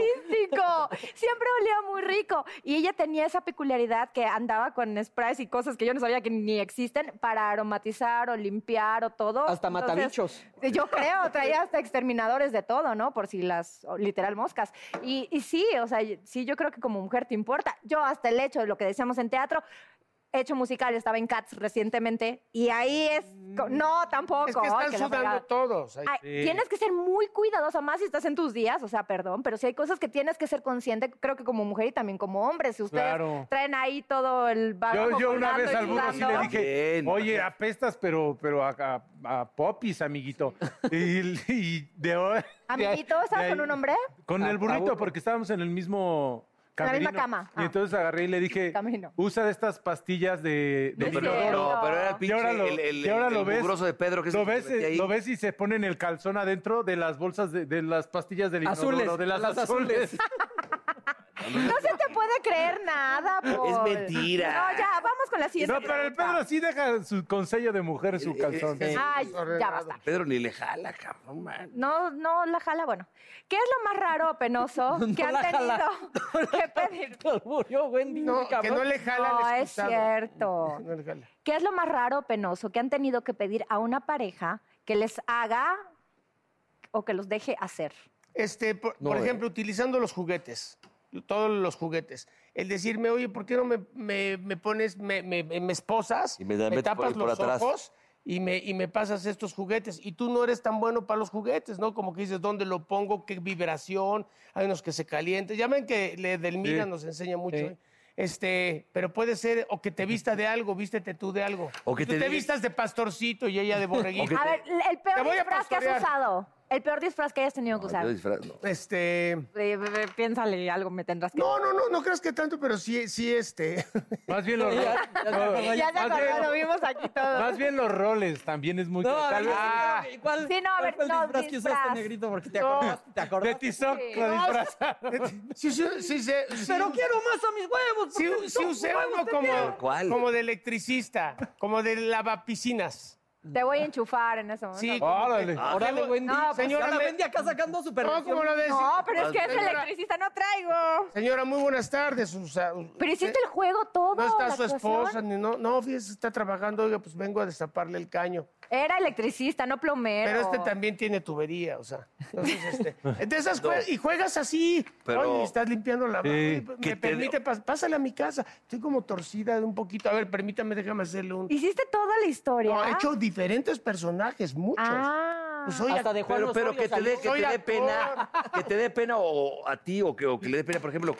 Speaker 5: artístico. Siempre olía muy rico. Y ella tenía esa peculiaridad que andaba con sprays y cosas que yo no sabía que ni existen para aromatizar o limpiar o todo.
Speaker 3: Hasta
Speaker 5: Entonces,
Speaker 3: matabichos.
Speaker 5: Yo creo, traía hasta exterminadores de todo, ¿no? Por si las, o literal, moscas. Y, y sí, o sea, y- sí, yo creo que como mujer te importa. Yo hasta el hecho de lo que decíamos en teatro, hecho musical, estaba en Cats recientemente y ahí es... co- No, tampoco.
Speaker 2: Mm. Es que
Speaker 5: ay,
Speaker 2: están
Speaker 5: que la fregada.
Speaker 2: sudando todos. Ay,
Speaker 5: Ay,
Speaker 4: Sí.
Speaker 5: Tienes que ser muy cuidadosa, más si estás en tus días, o sea, perdón, pero si hay cosas que tienes que ser consciente, creo que como mujer y también como hombre, si ustedes
Speaker 4: Claro.
Speaker 5: traen ahí todo el bagaje
Speaker 4: Yo, yo una
Speaker 5: colgando
Speaker 4: vez
Speaker 5: y
Speaker 4: al burro sí le
Speaker 5: sudando.
Speaker 4: dije,
Speaker 1: Bien.
Speaker 4: oye, apestas, pero, pero a, a- a popis, amiguito. Y, y de hoy.
Speaker 5: Amiguito,
Speaker 4: de
Speaker 5: ¿estabas
Speaker 4: ahí-
Speaker 5: con un hombre?
Speaker 4: Con
Speaker 1: Ah,
Speaker 3: A-
Speaker 4: el
Speaker 3: a burro.
Speaker 4: burrito, porque estábamos en el mismo
Speaker 5: En la misma
Speaker 4: camerino.
Speaker 5: cama.
Speaker 4: Y
Speaker 5: Ah.
Speaker 4: entonces agarré y le dije,
Speaker 5: Camino.
Speaker 4: usa de estas pastillas de, de
Speaker 5: No,
Speaker 1: Pero,
Speaker 4: inodoro".
Speaker 5: cierto.
Speaker 1: no, pero era el
Speaker 4: Y
Speaker 1: pinche,
Speaker 4: ahora lo,
Speaker 1: el, el,
Speaker 4: y ahora
Speaker 1: el
Speaker 4: lo ves.
Speaker 1: mugroso de Pedro que es
Speaker 4: lo
Speaker 1: el que
Speaker 4: ves,
Speaker 1: se mete ahí.
Speaker 4: lo ves y se ponen el calzón adentro de las bolsas de, de las pastillas del inodoro,
Speaker 3: Azules,
Speaker 4: de las,
Speaker 3: las
Speaker 4: azules.
Speaker 3: azules.
Speaker 5: No se te puede creer nada, Paul.
Speaker 1: Es mentira.
Speaker 5: No, ya, vamos con la siguiente.
Speaker 4: No, pero el Pedro sí deja su consejo de mujer
Speaker 1: Eh,
Speaker 4: su calzón.
Speaker 5: Ay, ya basta.
Speaker 1: Pedro ni le jala, cabrón, man.
Speaker 5: No, no la jala, bueno. ¿Qué es lo más raro o penoso que
Speaker 3: No
Speaker 5: han
Speaker 3: la
Speaker 5: tenido
Speaker 3: jala.
Speaker 5: que pedir?
Speaker 3: Yo, Wendy,
Speaker 2: no,
Speaker 3: cabrón.
Speaker 2: que no le jala
Speaker 5: No,
Speaker 2: al
Speaker 5: es
Speaker 2: excusado.
Speaker 5: cierto.
Speaker 2: No le jala.
Speaker 5: ¿Qué es lo más raro o penoso que han tenido que pedir a una pareja que les haga o que los deje hacer?
Speaker 2: Este, por,
Speaker 3: No,
Speaker 2: por
Speaker 3: eh.
Speaker 2: ejemplo, utilizando los juguetes, todos los juguetes. El decirme, oye, ¿por qué no me, me- me pones, me, me- me- me esposas,
Speaker 6: Y me da- metes por-
Speaker 2: tapas
Speaker 6: por
Speaker 2: los
Speaker 6: atrás.
Speaker 2: ojos y me, y me pasas estos juguetes? Y tú no eres tan bueno para los juguetes, ¿no? Como que dices, ¿dónde lo pongo? ¿Qué vibración? Hay unos que se calientan. Ya ven que le- Edelmira
Speaker 4: Sí.
Speaker 2: nos enseña mucho.
Speaker 4: Sí.
Speaker 2: ¿eh? Este, pero puede ser, o que te vista de algo, vístete tú de algo.
Speaker 1: O que
Speaker 2: tú
Speaker 1: te
Speaker 2: te,
Speaker 1: diga-
Speaker 2: vistas de pastorcito y ella de borreguito.
Speaker 5: A ver, el
Speaker 2: Te
Speaker 5: peor
Speaker 2: voy a
Speaker 5: disfraz que has
Speaker 2: pastorear.
Speaker 5: usado. El peor disfraz que hayas tenido que usar.
Speaker 6: Yo disfra- no.
Speaker 2: Este.
Speaker 5: Eh, eh, piénsale, algo me tendrás que
Speaker 2: No, no, no, no creas que tanto, pero sí, sí, este.
Speaker 4: Más bien los
Speaker 3: Ya- ya se acordó,
Speaker 4: roles.
Speaker 5: Ya se
Speaker 4: Más
Speaker 5: acordó, lo
Speaker 4: bien,
Speaker 5: vimos aquí todo.
Speaker 4: más bien los roles también es muy
Speaker 3: No, a
Speaker 4: tal
Speaker 3: ver,
Speaker 4: vez-
Speaker 3: ah, ¿cuál,
Speaker 5: Sí, no, a
Speaker 3: cuál
Speaker 5: ver,
Speaker 3: fue el
Speaker 5: no,
Speaker 3: disfraz que usaste,
Speaker 5: disfraz.
Speaker 3: negrito? Porque te acordaste, te
Speaker 4: De
Speaker 3: acordaste.
Speaker 4: Tizoc
Speaker 5: Sí.
Speaker 4: lo disfrazaron.
Speaker 2: Sí, sí, sí, sí, sí.
Speaker 3: Pero quiero más a mis huevos.
Speaker 2: Sí,
Speaker 3: porque
Speaker 2: sí
Speaker 3: no,
Speaker 2: usé
Speaker 3: huevos
Speaker 2: uno
Speaker 3: tenía.
Speaker 2: como,
Speaker 1: ¿Cuál?
Speaker 2: como de electricista, como de lavapiscinas.
Speaker 5: Te voy a enchufar en ese momento.
Speaker 2: Sí, Ah,
Speaker 4: Órale.
Speaker 3: Órale,
Speaker 2: Luego-
Speaker 3: Wendy.
Speaker 5: No, pues,
Speaker 3: señora,
Speaker 2: ahora-
Speaker 3: Wendy acá sacando su
Speaker 2: No, como lo de...
Speaker 5: No, pero es que es
Speaker 2: Señora-
Speaker 5: electricista, no traigo.
Speaker 2: Señora, muy buenas tardes. o sea,
Speaker 5: Pero
Speaker 2: usted-
Speaker 5: hiciste el juego todo.
Speaker 2: No
Speaker 5: la
Speaker 2: está su
Speaker 5: actuación.
Speaker 2: esposa, ni no, no, fíjese, está trabajando, oiga, pues vengo a destaparle el caño.
Speaker 5: Era electricista, no plomero.
Speaker 2: Pero este también tiene tubería, o sea. Entonces, este, de esas jue- y juegas así.
Speaker 6: Pero-
Speaker 2: Oye, estás limpiando la
Speaker 4: Sí.
Speaker 2: Oye,
Speaker 6: Que te-
Speaker 2: Me permite, pas- pásale a mi casa. Estoy como torcida de un poquito. A ver, permítame, déjame hacerle un.
Speaker 5: Hiciste toda la historia.
Speaker 2: No, he hecho diferentes personajes, muchos.
Speaker 5: Ah.
Speaker 2: Pues soy
Speaker 3: Hasta
Speaker 2: act-
Speaker 3: de Juan
Speaker 1: Pero, pero
Speaker 3: Osorio
Speaker 1: que te
Speaker 3: salió.
Speaker 1: dé, que
Speaker 2: Soy
Speaker 1: te dé
Speaker 2: actor.
Speaker 1: pena, que te dé pena o a ti o que, o que le dé pena, por ejemplo,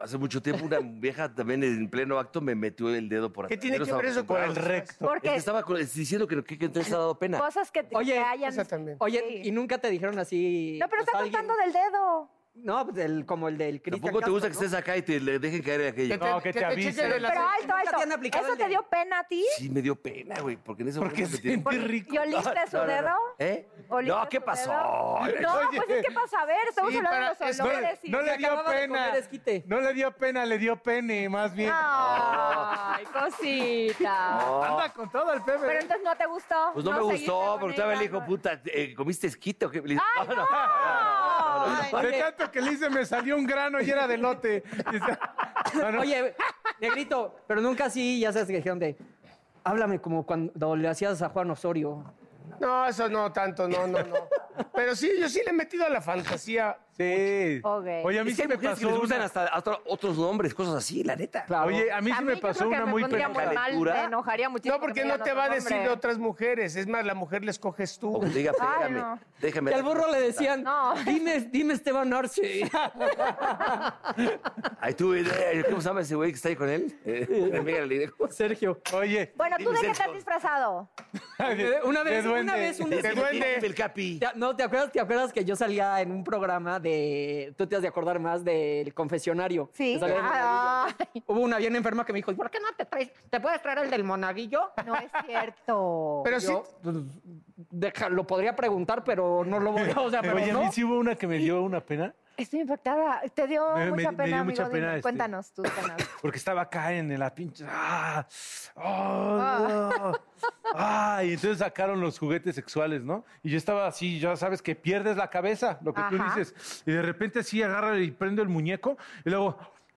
Speaker 1: hace mucho tiempo una vieja también en pleno acto me metió el dedo por
Speaker 2: ¿Qué
Speaker 1: atrás.
Speaker 2: tiene
Speaker 1: Yo
Speaker 2: que
Speaker 1: no
Speaker 2: ver eso
Speaker 1: estaba
Speaker 2: con
Speaker 1: acostumbrado.
Speaker 2: el recto?
Speaker 1: Es que
Speaker 5: Porque
Speaker 1: estaba con- diciendo que, que, que te ha dado
Speaker 3: Pues,
Speaker 1: pena.
Speaker 5: cosas que, que
Speaker 3: Oye,
Speaker 5: hayan.
Speaker 2: Esa también.
Speaker 3: Oye, y nunca te dijeron así.
Speaker 5: No, pero
Speaker 3: pues,
Speaker 5: está
Speaker 3: alguien-
Speaker 5: contando del dedo.
Speaker 3: No, pues, del- como el del Cristian
Speaker 1: Tampoco te gusta que
Speaker 3: Castro,
Speaker 1: estés acá y te le dejen caer aquello.
Speaker 4: No, que te avisen.
Speaker 2: chequen el
Speaker 5: Pero
Speaker 2: aceite.
Speaker 5: alto,
Speaker 3: ¿Nunca
Speaker 5: alto.
Speaker 3: te han aplicado
Speaker 5: ¿Eso
Speaker 3: el
Speaker 5: te
Speaker 3: dedo?
Speaker 5: dio pena a ti?
Speaker 1: Sí, me dio pena, güey, porque en eso
Speaker 4: Porque sentí rico.
Speaker 5: ¿Y oliste su
Speaker 1: No, no, no.
Speaker 5: dedo?
Speaker 1: ¿Eh?
Speaker 5: ¿Oliste
Speaker 1: No, ¿qué
Speaker 5: su
Speaker 1: pasó?
Speaker 5: dedo? No, pues es que para saber, estamos
Speaker 2: Sí,
Speaker 5: hablando
Speaker 2: para-
Speaker 5: de los
Speaker 2: es- no,
Speaker 5: olores y...
Speaker 4: No le
Speaker 3: Se
Speaker 4: dio
Speaker 3: acababa de
Speaker 4: pena.
Speaker 3: comer esquite.
Speaker 4: No le dio pena, le dio pene, más bien.
Speaker 5: Ay, cosita.
Speaker 4: Anda con todo el
Speaker 5: Pero
Speaker 4: pepe.
Speaker 5: entonces no te gustó.
Speaker 1: Pues no, me
Speaker 5: seguiste
Speaker 1: gustó,
Speaker 5: con
Speaker 1: porque estaba el
Speaker 5: ella,
Speaker 1: hijo,
Speaker 5: no.
Speaker 1: puta, eh, ¿comiste esquito? o qué?" Le dije,
Speaker 5: ¡Ay,
Speaker 1: "No,
Speaker 5: no!
Speaker 1: no".
Speaker 4: De tanto que le hice, me salió un grano y era de lote. No, no.
Speaker 3: Oye, negrito, pero nunca así, ya sabes que dijeron de. Háblame como cuando le hacías a Juan Osorio.
Speaker 2: No, eso no tanto, no, no, no. Pero sí, yo sí le he metido a la fantasía.
Speaker 4: Sí.
Speaker 5: Ok.
Speaker 4: Oye, a mí
Speaker 1: Es
Speaker 4: sí
Speaker 1: que hay
Speaker 4: me
Speaker 1: mujeres que les
Speaker 4: pasó.
Speaker 1: gustan
Speaker 4: una-
Speaker 1: hasta, hasta otros nombres, cosas así, la neta.
Speaker 3: Claro.
Speaker 4: Oye, a mí sí me
Speaker 5: yo
Speaker 4: pasó
Speaker 5: creo que
Speaker 4: una
Speaker 5: me
Speaker 4: muy
Speaker 5: pondría
Speaker 4: pena.
Speaker 5: muy mal,
Speaker 1: ¿Calentura?
Speaker 5: me enojaría muchísimo.
Speaker 2: No, porque
Speaker 5: que me
Speaker 2: no te
Speaker 5: digan
Speaker 2: va a
Speaker 5: otro
Speaker 2: decir de
Speaker 5: nombre.
Speaker 2: otras mujeres. Es más, la mujer les coges tú.
Speaker 1: O que te diga,
Speaker 5: Ay,
Speaker 1: pégame,
Speaker 5: no.
Speaker 1: déjame.
Speaker 3: Que al burro le decían,
Speaker 5: No.
Speaker 3: dime, dime Esteban Arce.
Speaker 1: Ay, tú, eh, ¿cómo se llama ese güey que está ahí con él? Eh, mi amiga le dijo,
Speaker 3: Sergio.
Speaker 4: Oye,
Speaker 5: Bueno, ¿tú
Speaker 1: Dime,
Speaker 5: de qué estás
Speaker 1: Sergio.
Speaker 5: disfrazado?
Speaker 3: Una vez,
Speaker 4: duende.
Speaker 3: eh, una vez, un-
Speaker 2: De duende.
Speaker 1: El capi.
Speaker 3: Te- No, ¿te acuerdas, ¿te acuerdas que yo salía en un programa de de. Tú te has de acordar más del confesionario.
Speaker 5: Sí. Ah.
Speaker 3: Te salió el monaguillo.
Speaker 5: Ay,
Speaker 3: Hubo una bien enferma que me dijo, "¿Y ¿por qué no te traes? ¿Te puedes traer el del monaguillo?
Speaker 5: no es cierto.
Speaker 2: Pero sí,
Speaker 3: Yo, pues, deja- lo podría preguntar, pero no lo voy a. O sea, pero
Speaker 4: Oye, a
Speaker 3: no.
Speaker 4: mí sí hubo una que me dio una pena
Speaker 5: Estoy impactada. Te dio
Speaker 4: Me- me-
Speaker 5: mucha
Speaker 4: me
Speaker 5: pena,
Speaker 4: dio
Speaker 5: amigo.
Speaker 4: mucha
Speaker 5: dime,
Speaker 4: pena, este.
Speaker 5: Cuéntanos tus penas.
Speaker 4: porque estaba acá en la pinche. ¡Ah! ¡Oh! ¡Ah! Y entonces sacaron los juguetes sexuales, ¿no? Y yo estaba así, ya sabes que pierdes la cabeza, lo que tú
Speaker 5: Ajá.
Speaker 4: dices. Y de repente sí agarra y prendo el muñeco y luego.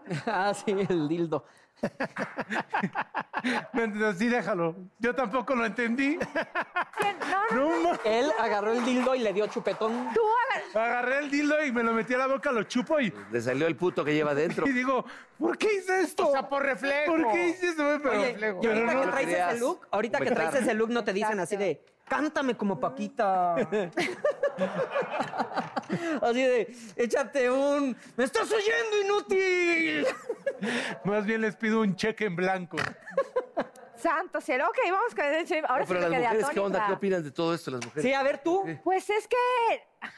Speaker 3: Ah, sí, el dildo.
Speaker 4: No, no, sí, déjalo. Yo tampoco lo entendí.
Speaker 5: ¿Quién? No, no.
Speaker 4: No, ma-
Speaker 3: Él agarró el dildo y le dio chupetón.
Speaker 5: Tú, a ver,
Speaker 4: agarré el dildo y me lo metí a la boca, lo chupo y,
Speaker 1: Le salió el puto que lleva dentro.
Speaker 4: y digo, ¿por qué hice esto?
Speaker 2: o sea, por reflejo.
Speaker 4: ¿Por qué hice eso? Pero,
Speaker 3: Oye,
Speaker 2: reflejo.
Speaker 3: y ahorita
Speaker 1: Pero
Speaker 3: que
Speaker 1: no
Speaker 3: traes
Speaker 1: creas.
Speaker 3: ese look, ahorita que
Speaker 1: Vetar.
Speaker 3: traes ese look no te dicen así de, cántame como Paquita. así de, échate un, me estás oyendo inútil.
Speaker 4: más bien les pido un cheque en blanco.
Speaker 5: santo cielo. Ok, vamos con el chisme. Ahora
Speaker 1: No, pero
Speaker 5: sí me
Speaker 1: las
Speaker 5: quedé
Speaker 1: mujeres, ¿qué onda? ¿Qué
Speaker 5: atónita.
Speaker 1: opinan de todo esto las mujeres?
Speaker 3: Sí, a ver tú.
Speaker 5: Pues es que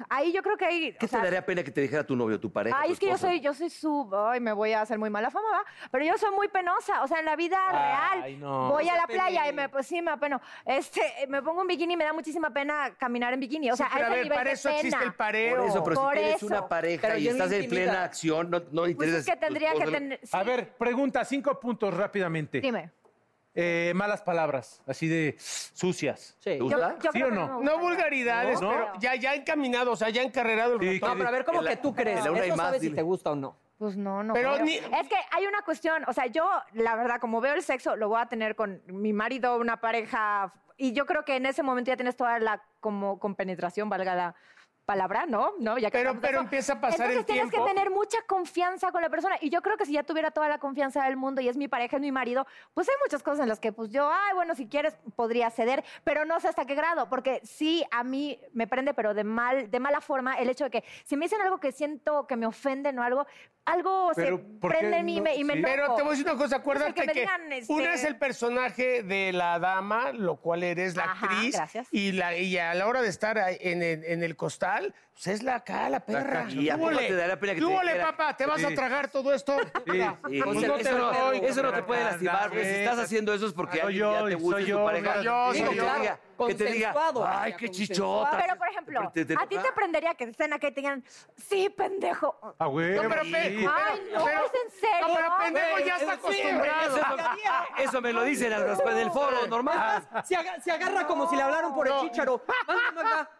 Speaker 5: ahí yo creo que hay.
Speaker 1: ¿Qué
Speaker 5: o sea,
Speaker 1: te daría pena que te dijera tu novio, tu pareja?
Speaker 5: Ay,
Speaker 1: tu
Speaker 5: es que yo
Speaker 1: esposo?
Speaker 5: soy, yo soy su, ay, me voy a hacer muy mala fama, ¿va? Pero yo soy muy penosa, o sea, en la vida real,
Speaker 3: no.
Speaker 5: voy
Speaker 3: No
Speaker 5: a
Speaker 3: se
Speaker 5: la playa y
Speaker 3: peleen.
Speaker 5: me, pues sí, me apeno, este, eh, me pongo un bikini y me da muchísima pena caminar en bikini, o sea,
Speaker 2: Sí, pero
Speaker 5: a
Speaker 2: a
Speaker 5: ese
Speaker 2: ver,
Speaker 5: nivel
Speaker 2: para
Speaker 5: de
Speaker 2: eso
Speaker 5: pena.
Speaker 2: existe el pareo.
Speaker 1: Por eso, pero
Speaker 5: Por
Speaker 1: si tienes
Speaker 5: eso.
Speaker 1: una pareja
Speaker 3: Pero
Speaker 1: y
Speaker 3: yo no
Speaker 1: estás en
Speaker 3: intimida.
Speaker 1: plena acción, no, no
Speaker 5: Pues
Speaker 1: interesas.
Speaker 5: es que tendría que tener, sí,
Speaker 4: A ver, pregunta, cinco puntos rápidamente.
Speaker 5: dime.
Speaker 4: Eh, malas palabras, así de sucias.
Speaker 3: Sí.
Speaker 1: ¿Tú?
Speaker 5: Yo,
Speaker 1: ¿Gusta?
Speaker 5: yo
Speaker 4: ¿Sí
Speaker 5: creo
Speaker 4: o
Speaker 5: que
Speaker 4: no?
Speaker 5: me gusta.
Speaker 2: No vulgaridades,
Speaker 4: No, no.
Speaker 2: pero ya, ya encaminado, o sea, ya encarrerado el
Speaker 4: Sí,
Speaker 2: ratón.
Speaker 3: No, pero a ver, ¿cómo
Speaker 1: En la-
Speaker 3: que tú crees?
Speaker 1: en la una hay
Speaker 3: Eso
Speaker 1: más,
Speaker 3: sabes si
Speaker 1: dile.
Speaker 3: te gusta o no.
Speaker 5: Pues no, no.
Speaker 2: Pero
Speaker 5: creo.
Speaker 2: ni-
Speaker 5: Es que hay una cuestión, o sea, yo, la verdad, como veo el sexo, lo voy a tener con mi marido, una pareja, y yo creo que en ese momento ya tienes toda la como compenetración, valga la palabra, ¿no? ¿No? Ya que
Speaker 2: Pero-
Speaker 5: hablamos de
Speaker 2: pero
Speaker 5: Pues
Speaker 2: empieza
Speaker 5: eso.
Speaker 2: a pasar el
Speaker 5: Entonces tienes
Speaker 2: tiempo.
Speaker 5: que tener mucha confianza con la persona, y yo creo que si ya tuviera toda la confianza del mundo y es mi pareja, es mi marido, pues hay muchas cosas en las que, pues yo, ay, bueno, si quieres, podría ceder, pero no sé hasta qué grado, porque sí, a mí me prende, pero de mal, de mala forma, el hecho de que si me dicen algo que siento que me ofenden o algo, algo
Speaker 4: Pero,
Speaker 5: se
Speaker 4: ¿por qué
Speaker 5: prende en mí y
Speaker 4: no?
Speaker 5: me, y me
Speaker 4: Sí.
Speaker 5: enojo.
Speaker 2: Pero te voy a decir una cosa,
Speaker 5: que
Speaker 2: acuérdate
Speaker 5: me
Speaker 2: que,
Speaker 5: digan, este-
Speaker 2: una es el personaje de la dama, lo cual eres la
Speaker 5: Ajá,
Speaker 2: actriz,
Speaker 5: gracias.
Speaker 2: y la y a la hora de estar ahí en, el- en el costal, pues es la acá, la perra.
Speaker 1: cacha. ¿Y a
Speaker 2: ¿Qué
Speaker 1: poco
Speaker 2: huele?
Speaker 1: te daría pena que
Speaker 2: ¿Qué
Speaker 1: te
Speaker 2: huele,
Speaker 1: dijera?
Speaker 2: papá? ¿Te vas a
Speaker 4: Sí.
Speaker 2: tragar todo esto? Mira,
Speaker 4: Sí.
Speaker 2: pues
Speaker 1: Sí,
Speaker 2: no te
Speaker 1: eso,
Speaker 2: lo
Speaker 1: no,
Speaker 2: doy,
Speaker 1: eso no te
Speaker 2: cabrón.
Speaker 1: puede lastimar,
Speaker 4: Dame,
Speaker 1: pero si estás haciendo eso es porque
Speaker 2: Ah,
Speaker 4: Soy
Speaker 1: alguien ya
Speaker 4: yo,
Speaker 1: te gusta
Speaker 4: soy
Speaker 1: y tu
Speaker 4: yo,
Speaker 1: pareja.
Speaker 2: yo,
Speaker 1: Sí,
Speaker 2: soy
Speaker 1: que
Speaker 2: yo.
Speaker 1: te diga, que te diga,
Speaker 3: Consensuado,
Speaker 1: ay,
Speaker 3: vaya,
Speaker 1: qué
Speaker 3: consensuado".
Speaker 1: chichota.
Speaker 5: Pero, por ejemplo,
Speaker 1: Te- te- ah.
Speaker 5: a ti te prendería que estén acá y te digan, sí, pendejo.
Speaker 4: A huevo.
Speaker 2: No, pero, pe-
Speaker 4: Ah, sí.
Speaker 2: pero-
Speaker 5: Ay, no,
Speaker 2: pero-
Speaker 5: ¿es en serio?
Speaker 2: No, pero pendejo ya está
Speaker 3: Güey, es en serio.
Speaker 2: acostumbrado.
Speaker 1: Eso, Ah, eso me lo dicen las raspas del foro, normal.
Speaker 3: Se, aga- se agarra como si le hablaron por el chícharo. Mándame acá.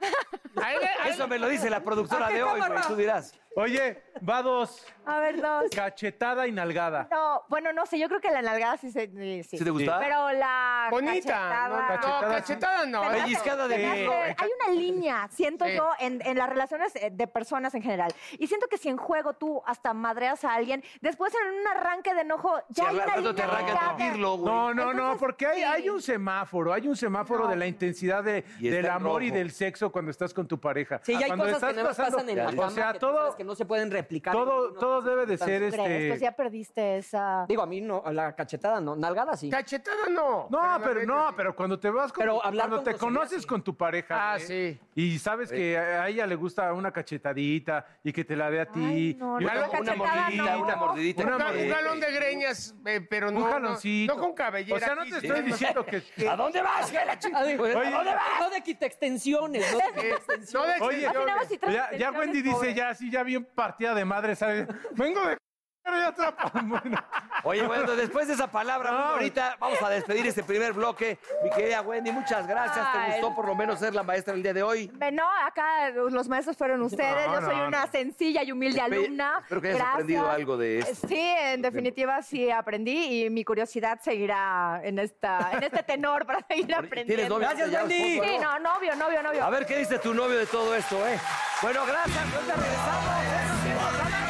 Speaker 2: A él le- a él-
Speaker 1: Eso me lo dice la productora
Speaker 3: ¿A qué
Speaker 1: de hoy, güey,
Speaker 3: cámara?
Speaker 1: tú dirás.
Speaker 4: Oye, va dos,
Speaker 5: A ver, dos.
Speaker 4: cachetada y nalgada.
Speaker 5: No, bueno, no sé, yo creo que la nalgada sí se... Sí,
Speaker 1: ¿Sí te gusta?
Speaker 5: Pero la
Speaker 2: Bonita. No,
Speaker 5: cachetada-
Speaker 2: no,
Speaker 4: Cachetada,
Speaker 2: cachetada
Speaker 5: Se
Speaker 2: no.
Speaker 5: me hace-
Speaker 1: Pellizcada de
Speaker 5: se me hace-
Speaker 1: dedo.
Speaker 5: Hay una línea, siento
Speaker 2: Sí.
Speaker 5: yo, en, en las relaciones eh, de personas en general. Y siento que si en juego tú hasta madreas a alguien, después en un arranque de enojo, ya hay
Speaker 1: si al
Speaker 5: una
Speaker 1: rato te
Speaker 5: línea
Speaker 1: arrancan
Speaker 5: marcada.
Speaker 1: de pirlo, güey.
Speaker 4: No, no, no,
Speaker 5: Entonces,
Speaker 4: porque hay,
Speaker 5: sí.
Speaker 4: hay un semáforo, hay un semáforo de la intensidad de-
Speaker 1: Y está
Speaker 4: del
Speaker 1: en
Speaker 4: amor y
Speaker 1: rojo.
Speaker 4: del sexo cuando estás con tu pareja.
Speaker 3: Sí, ya hay
Speaker 4: cuando
Speaker 3: cosas que
Speaker 4: estás
Speaker 3: nada más
Speaker 4: pasando-
Speaker 3: pasan en la
Speaker 4: O
Speaker 3: cama
Speaker 4: sea,
Speaker 3: que tú
Speaker 4: todo,
Speaker 3: sabes que que no se pueden replicar.
Speaker 4: Todo,
Speaker 3: No,
Speaker 4: todo debe de ser
Speaker 5: ¿Crees? Pues
Speaker 4: este.
Speaker 5: ya perdiste esa.
Speaker 3: Digo, a mí no, a la cachetada no, nalgada sí.
Speaker 2: Cachetada no.
Speaker 4: No,
Speaker 2: la
Speaker 4: pero
Speaker 2: neta
Speaker 4: no,
Speaker 2: sí.
Speaker 4: pero cuando te vas con
Speaker 3: Pero
Speaker 4: tu-
Speaker 3: hablar
Speaker 4: cuando
Speaker 3: con
Speaker 4: te
Speaker 3: grosería,
Speaker 4: conoces
Speaker 3: sí.
Speaker 4: con tu pareja
Speaker 2: Ah,
Speaker 4: ¿eh?
Speaker 2: sí.
Speaker 4: y sabes que a a ella le gusta una cachetadita y que te la dé a ti.
Speaker 5: Ay, no,
Speaker 4: y
Speaker 5: no,
Speaker 4: una-
Speaker 5: la
Speaker 1: una
Speaker 5: cachetada
Speaker 1: mordidita,
Speaker 5: no.
Speaker 1: una mordidita.
Speaker 4: Una
Speaker 2: Un ga- un
Speaker 4: mordidita.
Speaker 2: galón de greñas, eh, pero no,
Speaker 4: un
Speaker 2: no-
Speaker 4: jaloncito.
Speaker 2: no con cabellera.
Speaker 4: O sea, no
Speaker 2: aquí,
Speaker 4: te
Speaker 2: sí.
Speaker 4: estoy diciendo que.
Speaker 1: ¿A dónde vas, que la chica?
Speaker 3: Oye,
Speaker 1: Pues, ¿A dónde vas?
Speaker 3: Ah, no de quita extensiones, no de quitaextensiones.
Speaker 2: No de
Speaker 4: Oye,
Speaker 5: Así nada
Speaker 2: extensiones.
Speaker 5: más si traes
Speaker 4: ya, ya
Speaker 5: extensiones,
Speaker 4: Wendy dice
Speaker 5: pobre.
Speaker 4: ya así, ya bien partida de madre, ¿sabes? Vengo de. Ya atrapa- bueno.
Speaker 1: Oye, bueno, después de esa palabra muy bonita, vamos a despedir este primer bloque. Mi querida Wendy, muchas gracias.
Speaker 5: Ay.
Speaker 1: ¿Te gustó por lo menos ser la maestra el día de hoy?
Speaker 5: Ve, No, acá los maestros fueron ustedes.
Speaker 4: No,
Speaker 5: Yo soy
Speaker 4: no,
Speaker 5: una sencilla y humilde
Speaker 1: Espe-
Speaker 5: alumna.
Speaker 1: espero que hayas aprendido algo de esto.
Speaker 5: Sí, en definitiva sí aprendí y mi curiosidad seguirá en esta, en este tenor para seguir aprendiendo.
Speaker 1: ¿Tienes novio?
Speaker 3: Gracias,
Speaker 1: Ya, esposo,
Speaker 3: Wendy.
Speaker 5: Sí,
Speaker 1: ¿no?
Speaker 5: no, novio, novio, novio.
Speaker 1: A ver qué dice tu novio de todo esto, ¿eh? Bueno, gracias. pues, Ahorita regresamos.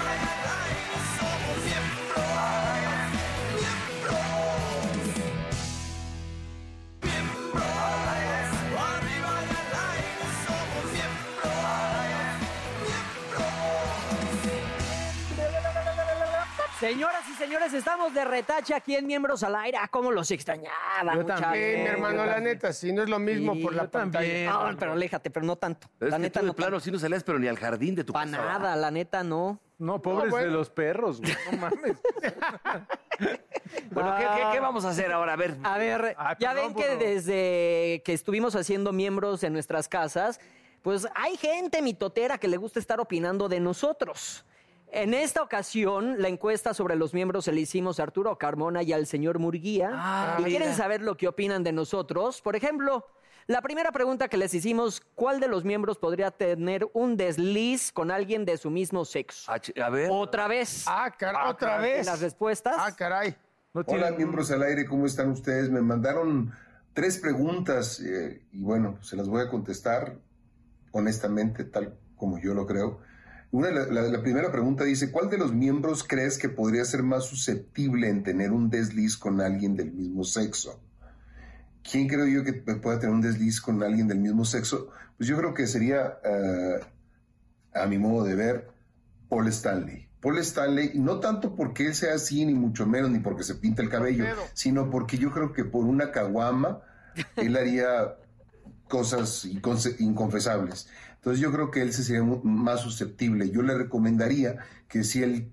Speaker 3: Señoras y señores, estamos de retache aquí en Miembros al Aire. Ah, cómo los extrañaba,
Speaker 4: Yo
Speaker 3: muchachos.
Speaker 4: también,
Speaker 2: Eh, mi hermano, la neta, sí, no es lo mismo
Speaker 3: Sí,
Speaker 2: por la
Speaker 4: yo también.
Speaker 2: pantalla.
Speaker 3: Ah, pero aléjate, pero no tanto.
Speaker 1: Es
Speaker 3: la
Speaker 1: que
Speaker 3: neta
Speaker 1: tú de
Speaker 3: no
Speaker 1: plano
Speaker 3: tanto.
Speaker 1: sí no salías, pero ni al jardín de tu
Speaker 3: Pa'
Speaker 1: casa.
Speaker 3: nada, la neta no.
Speaker 4: No, pobres
Speaker 2: bueno.
Speaker 4: de los perros, güey. No mames.
Speaker 1: Bueno, ¿qué, qué- qué vamos a hacer ahora? A ver.
Speaker 3: Ah. A ver,
Speaker 2: Ah,
Speaker 4: Ay,
Speaker 3: ya
Speaker 4: perdón,
Speaker 3: ven que
Speaker 4: burro.
Speaker 3: desde que estuvimos haciendo miembros en nuestras casas, pues hay gente mitotera que le gusta estar opinando de nosotros. En esta ocasión, la encuesta sobre los miembros se le hicimos a Arturo Carmona y al señor Murguía.
Speaker 1: Ah,
Speaker 3: y quieren saber lo que opinan de nosotros. Por ejemplo, la primera pregunta que les hicimos, ¿cuál de los miembros podría tener un desliz con alguien de su mismo sexo?
Speaker 1: A, Ah, ch- a ver.
Speaker 3: Otra vez.
Speaker 2: Ah, caray, otra vez.
Speaker 3: Las respuestas.
Speaker 2: Ah, caray.
Speaker 4: No
Speaker 7: Hola,
Speaker 4: tiene-
Speaker 7: miembros al aire, ¿cómo están ustedes? Me mandaron tres preguntas eh, y bueno, se las voy a contestar honestamente, tal como yo lo creo. Una, la, la- la primera pregunta dice, ¿cuál de los miembros crees que podría ser más susceptible en tener un desliz con alguien del mismo sexo? ¿Quién creo yo que p- pueda tener un desliz con alguien del mismo sexo? Pues yo creo que sería, eh, a mi modo de ver, Paul Stanley. Paul Stanley, no tanto porque él sea así, ni mucho menos, ni porque se pinta el cabello,
Speaker 2: Pero-
Speaker 7: sino porque yo creo que por una caguama él haría cosas inconce- inconfesables. Entonces yo creo que él se sería mu- más susceptible. Yo le recomendaría que si él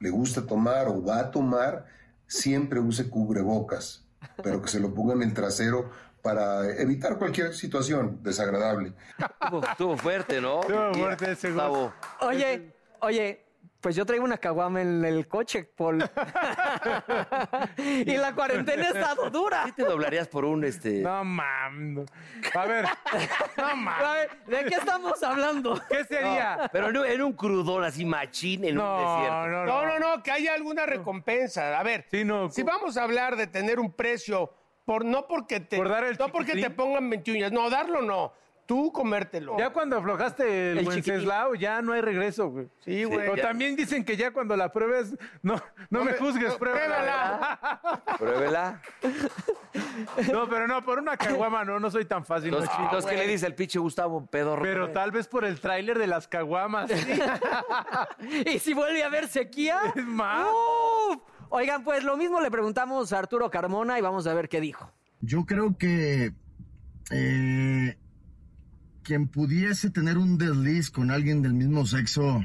Speaker 7: le gusta tomar o va a tomar, siempre use cubrebocas, pero que se lo ponga en el trasero para evitar cualquier situación desagradable.
Speaker 1: Estuvo, estuvo fuerte, ¿no?
Speaker 4: Estuvo fuerte ese güey.
Speaker 1: Gustavo.
Speaker 4: Este
Speaker 3: Oye, oye, pues yo traigo una caguama en el coche, Paul.
Speaker 4: Ah,
Speaker 3: y la cuarentena está dura.
Speaker 1: ¿Sí te doblarías por un este?
Speaker 4: No mames. A ver. No
Speaker 3: A
Speaker 4: mames.
Speaker 3: ver, ¿De qué estamos hablando?
Speaker 4: ¿Qué sería?
Speaker 1: Pero no, en un crudón así machín en un desierto.
Speaker 4: No, no,
Speaker 2: No,
Speaker 4: no.
Speaker 2: no, no, que haya alguna recompensa. A ver,
Speaker 4: Sí, no.
Speaker 2: si vamos a hablar de tener un precio, por no porque te,
Speaker 4: Por dar el
Speaker 2: no porque te
Speaker 4: chiquitín.
Speaker 2: pongan 21, uñas, no, darlo no, tú comértelo.
Speaker 4: Ya cuando aflojaste el,
Speaker 3: El
Speaker 4: Wenceslao, ya no hay regreso, güey.
Speaker 2: Sí, güey.
Speaker 4: O
Speaker 1: ya.
Speaker 4: también dicen que ya cuando la pruebes, no, no, me
Speaker 2: me-
Speaker 4: juzgues,
Speaker 2: no,
Speaker 4: pruébala.
Speaker 1: Pruébela.
Speaker 4: No, pero no, por una caguama no, no soy tan fácil.
Speaker 1: Los,
Speaker 4: no, chido.
Speaker 1: los que le dice el pinche Gustavo Pedorro.
Speaker 4: pero tal vez por el tráiler de las caguamas. sí.
Speaker 3: ¿Y si vuelve a haber sequía?
Speaker 4: Es más.
Speaker 3: ¡Uf! Oigan, pues lo mismo le preguntamos a Arturo Carmona y vamos a ver qué dijo.
Speaker 8: Yo creo que eh, quien pudiese tener un desliz con alguien del mismo sexo,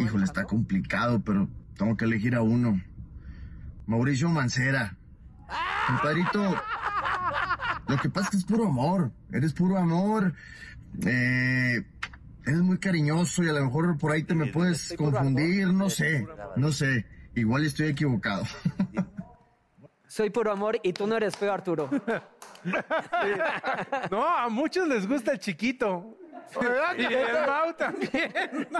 Speaker 8: híjole, está complicado, pero tengo que elegir a uno. Mauricio Mancera. Compadrito, lo que pasa es que es puro amor, eres puro amor, eh, eres muy cariñoso y a lo mejor por ahí te me puedes confundir, no sé, no sé, igual estoy equivocado.
Speaker 3: Soy puro amor y tú no eres feo, Arturo.
Speaker 4: No, a muchos les gusta el chiquito. Y el Mau también.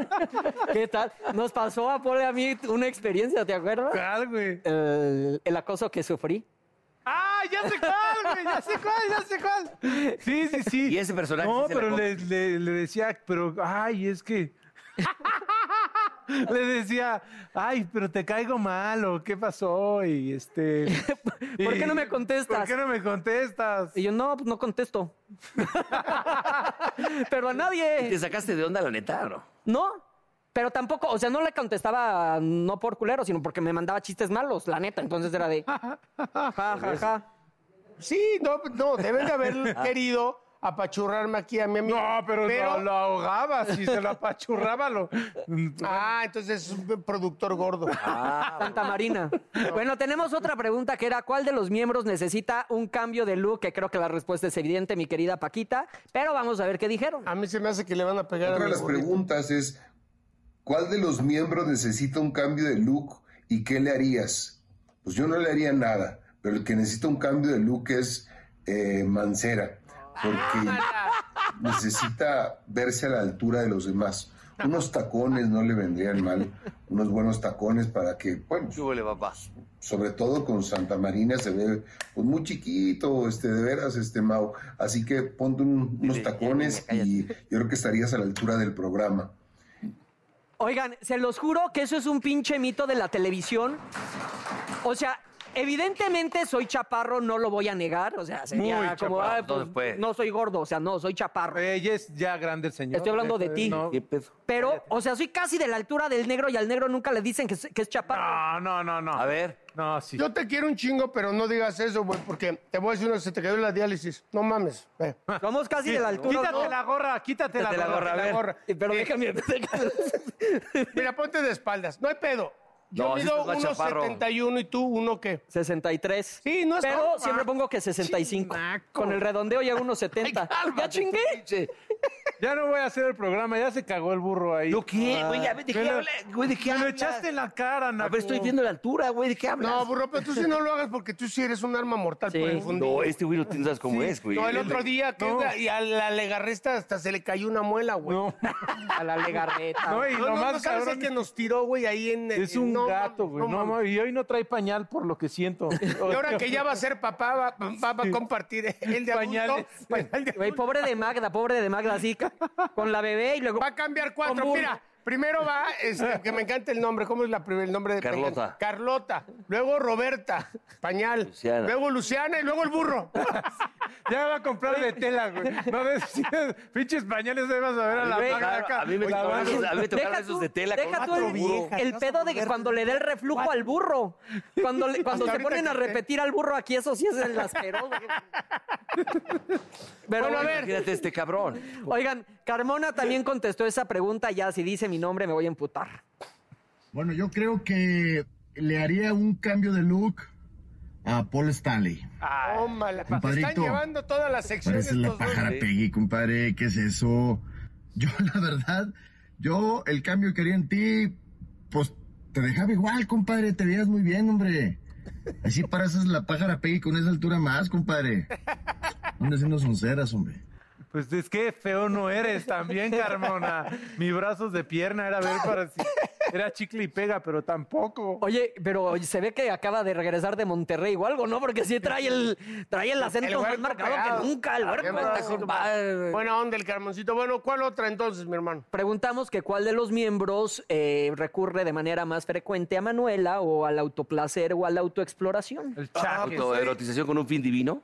Speaker 3: ¿Qué tal? Nos pasó a Paul y a mí una experiencia, ¿te acuerdas?
Speaker 4: ¿Cuál, güey?
Speaker 3: El, el acoso que sufrí.
Speaker 4: Ah, ya sé cuál, güey, ya sé cuál, ya sé cuál. Sí, sí, sí.
Speaker 1: Y ese personaje
Speaker 4: No,
Speaker 1: sí se la
Speaker 4: pero
Speaker 1: come.
Speaker 4: le, le- le decía, pero, ay, es que... le decía, ay, pero te caigo mal, o qué pasó, y este...
Speaker 3: ¿Por
Speaker 4: y-
Speaker 3: qué no me contestas?
Speaker 4: ¿Por qué no me contestas?
Speaker 3: Y yo, no, pues no contesto. Pero a
Speaker 1: ¿Te
Speaker 3: nadie.
Speaker 1: sacaste de onda la neta, no?
Speaker 3: No, Pero tampoco, o sea, no le contestaba no por culero, sino porque me mandaba chistes malos, la neta. Entonces era de. Ja,
Speaker 1: Ah,
Speaker 3: ja, ja.
Speaker 2: Sí, no, no, deben de haber querido apachurrarme aquí a mi amigo.
Speaker 4: No, pero,
Speaker 2: Pero-
Speaker 4: No, lo ahogaba, si se lo apachurraba, lo... mm,
Speaker 2: Ah, entonces es un productor gordo.
Speaker 1: Ah,
Speaker 3: Santa Marina. Bueno, tenemos otra pregunta que era: ¿cuál de los miembros necesita un cambio de look? Que creo que la respuesta es evidente, mi querida Paquita. Pero vamos a ver qué dijeron.
Speaker 2: A mí se me hace que le van a pegar a
Speaker 7: Otra
Speaker 2: mi
Speaker 7: de las
Speaker 2: gorrito.
Speaker 7: preguntas es, ¿cuál de los miembros necesita un cambio de look y qué le harías? Pues yo no le haría nada, pero el que necesita un cambio de look es eh, Mancera, porque necesita verse a la altura de los demás. Unos tacones no le vendrían mal, unos buenos tacones para que, bueno,
Speaker 1: Súbele, papá.
Speaker 7: sobre todo con Santa Marina se ve pues, muy chiquito, este, de veras, este Mau. Así que ponte un- unos
Speaker 1: Dile,
Speaker 7: tacones
Speaker 1: dile,
Speaker 7: y yo creo que estarías a la altura del programa.
Speaker 3: Oigan, se los juro que eso es un pinche mito de la televisión. O sea, evidentemente soy chaparro, no lo voy a negar. O sea, sería
Speaker 4: Muy
Speaker 3: como,
Speaker 4: chaparro,
Speaker 3: "Ay, pues,
Speaker 1: entonces, pues".
Speaker 3: no soy gordo, o sea, no, soy chaparro.
Speaker 4: Ella es ya grande el señor.
Speaker 3: Estoy hablando de
Speaker 4: Deja
Speaker 3: ti.
Speaker 4: No,
Speaker 3: Pero, o sea, soy casi de la altura del negro y al negro nunca le dicen que es, que es
Speaker 4: no,
Speaker 3: chaparro.
Speaker 4: no, no, no.
Speaker 1: A ver.
Speaker 4: No, sí.
Speaker 2: Yo te quiero un chingo, pero no digas eso, güey, porque te voy a decir una, se te cayó la diálisis. No mames. ve.
Speaker 3: Somos casi de la altura.
Speaker 4: Quítate
Speaker 3: ¿no?
Speaker 4: la gorra, quítate,
Speaker 1: Quítate
Speaker 4: la
Speaker 1: la
Speaker 4: gorra. Eh,
Speaker 1: gorra, a
Speaker 2: la
Speaker 1: ver.
Speaker 2: gorra.
Speaker 3: Sí, Pero déjame. déjame.
Speaker 2: Mira, ponte de espaldas. No hay pedo. Yo
Speaker 1: No, así
Speaker 2: mido
Speaker 1: estás más chaparro.
Speaker 2: 1.71 y tú uno qué.
Speaker 3: 63.
Speaker 2: Sí, no es
Speaker 3: Pero
Speaker 2: tan-
Speaker 3: siempre pongo que 65. Con el redondeo llego unos 70. ¡Ya chingué!
Speaker 4: Ya no voy a hacer el programa, ya se cagó el burro ahí. Ah,
Speaker 1: ¿Yo qué? Güey, a ver, ¿de
Speaker 4: Me
Speaker 1: qué
Speaker 4: lo-
Speaker 1: habla- güey, ¿de qué
Speaker 4: me lo
Speaker 1: hablas?
Speaker 4: echaste en la cara, Naco.
Speaker 1: A ver, estoy viendo la altura, güey, ¿de qué hablas?
Speaker 2: No, burro, pero tú sí no lo hagas porque tú sí eres un arma mortal
Speaker 3: Sí.
Speaker 2: por el fundillo.
Speaker 1: No, este güey no tienes cómo es, güey.
Speaker 2: Pues,
Speaker 1: Ah,
Speaker 2: No, el otro día que
Speaker 4: No.
Speaker 2: y a la legarresta hasta se le cayó una muela, güey.
Speaker 4: No,
Speaker 3: A la legarreta.
Speaker 4: no, y
Speaker 2: No,
Speaker 4: lo
Speaker 2: no,
Speaker 4: más
Speaker 2: no sabes
Speaker 4: cabrón
Speaker 2: el que nos tiró, güey, ahí en...
Speaker 4: es
Speaker 2: en-
Speaker 4: un
Speaker 2: no,
Speaker 4: gato,
Speaker 2: mames,
Speaker 4: güey. No,
Speaker 2: mames.
Speaker 4: mames, y hoy no trae pañal por lo que siento.
Speaker 2: Y ahora que ya va a ser papá, va, va- va a compartir el de
Speaker 4: Pañales.
Speaker 2: adulto, pues, pañal de
Speaker 3: Güey,
Speaker 2: adulto.
Speaker 3: pobre de Magda, pobre de Magda, así ca- con la bebé y luego.
Speaker 2: Va a cambiar cuatro.
Speaker 3: Con un-
Speaker 2: Mira, primero va, este, que me encanta el nombre. ¿Cómo es la, prim- el nombre? de
Speaker 1: Carlota.
Speaker 2: me encanta. Carlota. Luego Roberta, pañal.
Speaker 1: Luciana.
Speaker 2: Luego Luciana y luego el burro.
Speaker 4: Ya va a comprar de tela, güey. No decides, pinches pañales, ahí vas a ver a la
Speaker 1: Güey,
Speaker 4: paga
Speaker 1: claro,
Speaker 4: acá.
Speaker 1: a mí me
Speaker 4: Oye,
Speaker 1: tocaron
Speaker 4: la-
Speaker 1: esos- a mí me tocaron
Speaker 3: Deja
Speaker 1: esos
Speaker 3: tú-
Speaker 1: de tela con
Speaker 3: deja tú
Speaker 1: cuatro
Speaker 3: el,
Speaker 1: burros.
Speaker 3: el pedo de que cuando le dé el reflujo al burro, cuando, le- cuando
Speaker 2: Hasta
Speaker 3: se
Speaker 2: ahorita
Speaker 3: ponen a
Speaker 2: que-
Speaker 3: repetir al burro aquí, eso sí es el asqueroso. Pero
Speaker 2: Bueno, a
Speaker 3: bueno,
Speaker 2: ver.
Speaker 1: Imagínate este cabrón.
Speaker 3: oigan, Carmona también contestó esa pregunta ya, si dice mi nombre me voy a emputar.
Speaker 8: Bueno, yo creo que le haría un cambio de look a Paul Stanley.
Speaker 2: Ah, Tómala. Están
Speaker 8: Compadrito.
Speaker 2: llevando todas las secciones
Speaker 8: Parece la
Speaker 2: estos dos.
Speaker 8: pájara Peggy, compadre. ¿Qué es eso? Yo, la verdad, yo el cambio que haría en ti, pues te dejaba igual, compadre. Te veías muy bien, hombre. Así pareces la pájara Peggy con esa altura más, compadre. Andas haciendo sonceras, hombre.
Speaker 4: Pues es que feo no eres también, Carmona. Mi brazos de pierna era ver para si era chicle y pega, pero tampoco.
Speaker 3: Oye, pero oye, se ve que acaba de regresar de Monterrey o algo, ¿no? Porque sí trae el, trae el acento más
Speaker 2: huerco
Speaker 3: marcado
Speaker 2: pegado.
Speaker 3: que nunca, el huerco.
Speaker 2: Buena onda, Buena onda el Carmoncito. Bueno, ¿cuál otra entonces, mi hermano?
Speaker 3: Preguntamos que cuál de los miembros eh, recurre de manera más frecuente a Manuela o al autoplacer o a la autoexploración.
Speaker 4: El
Speaker 2: Ah,
Speaker 4: chaque.
Speaker 2: pues,
Speaker 1: Autoerotización con un fin divino.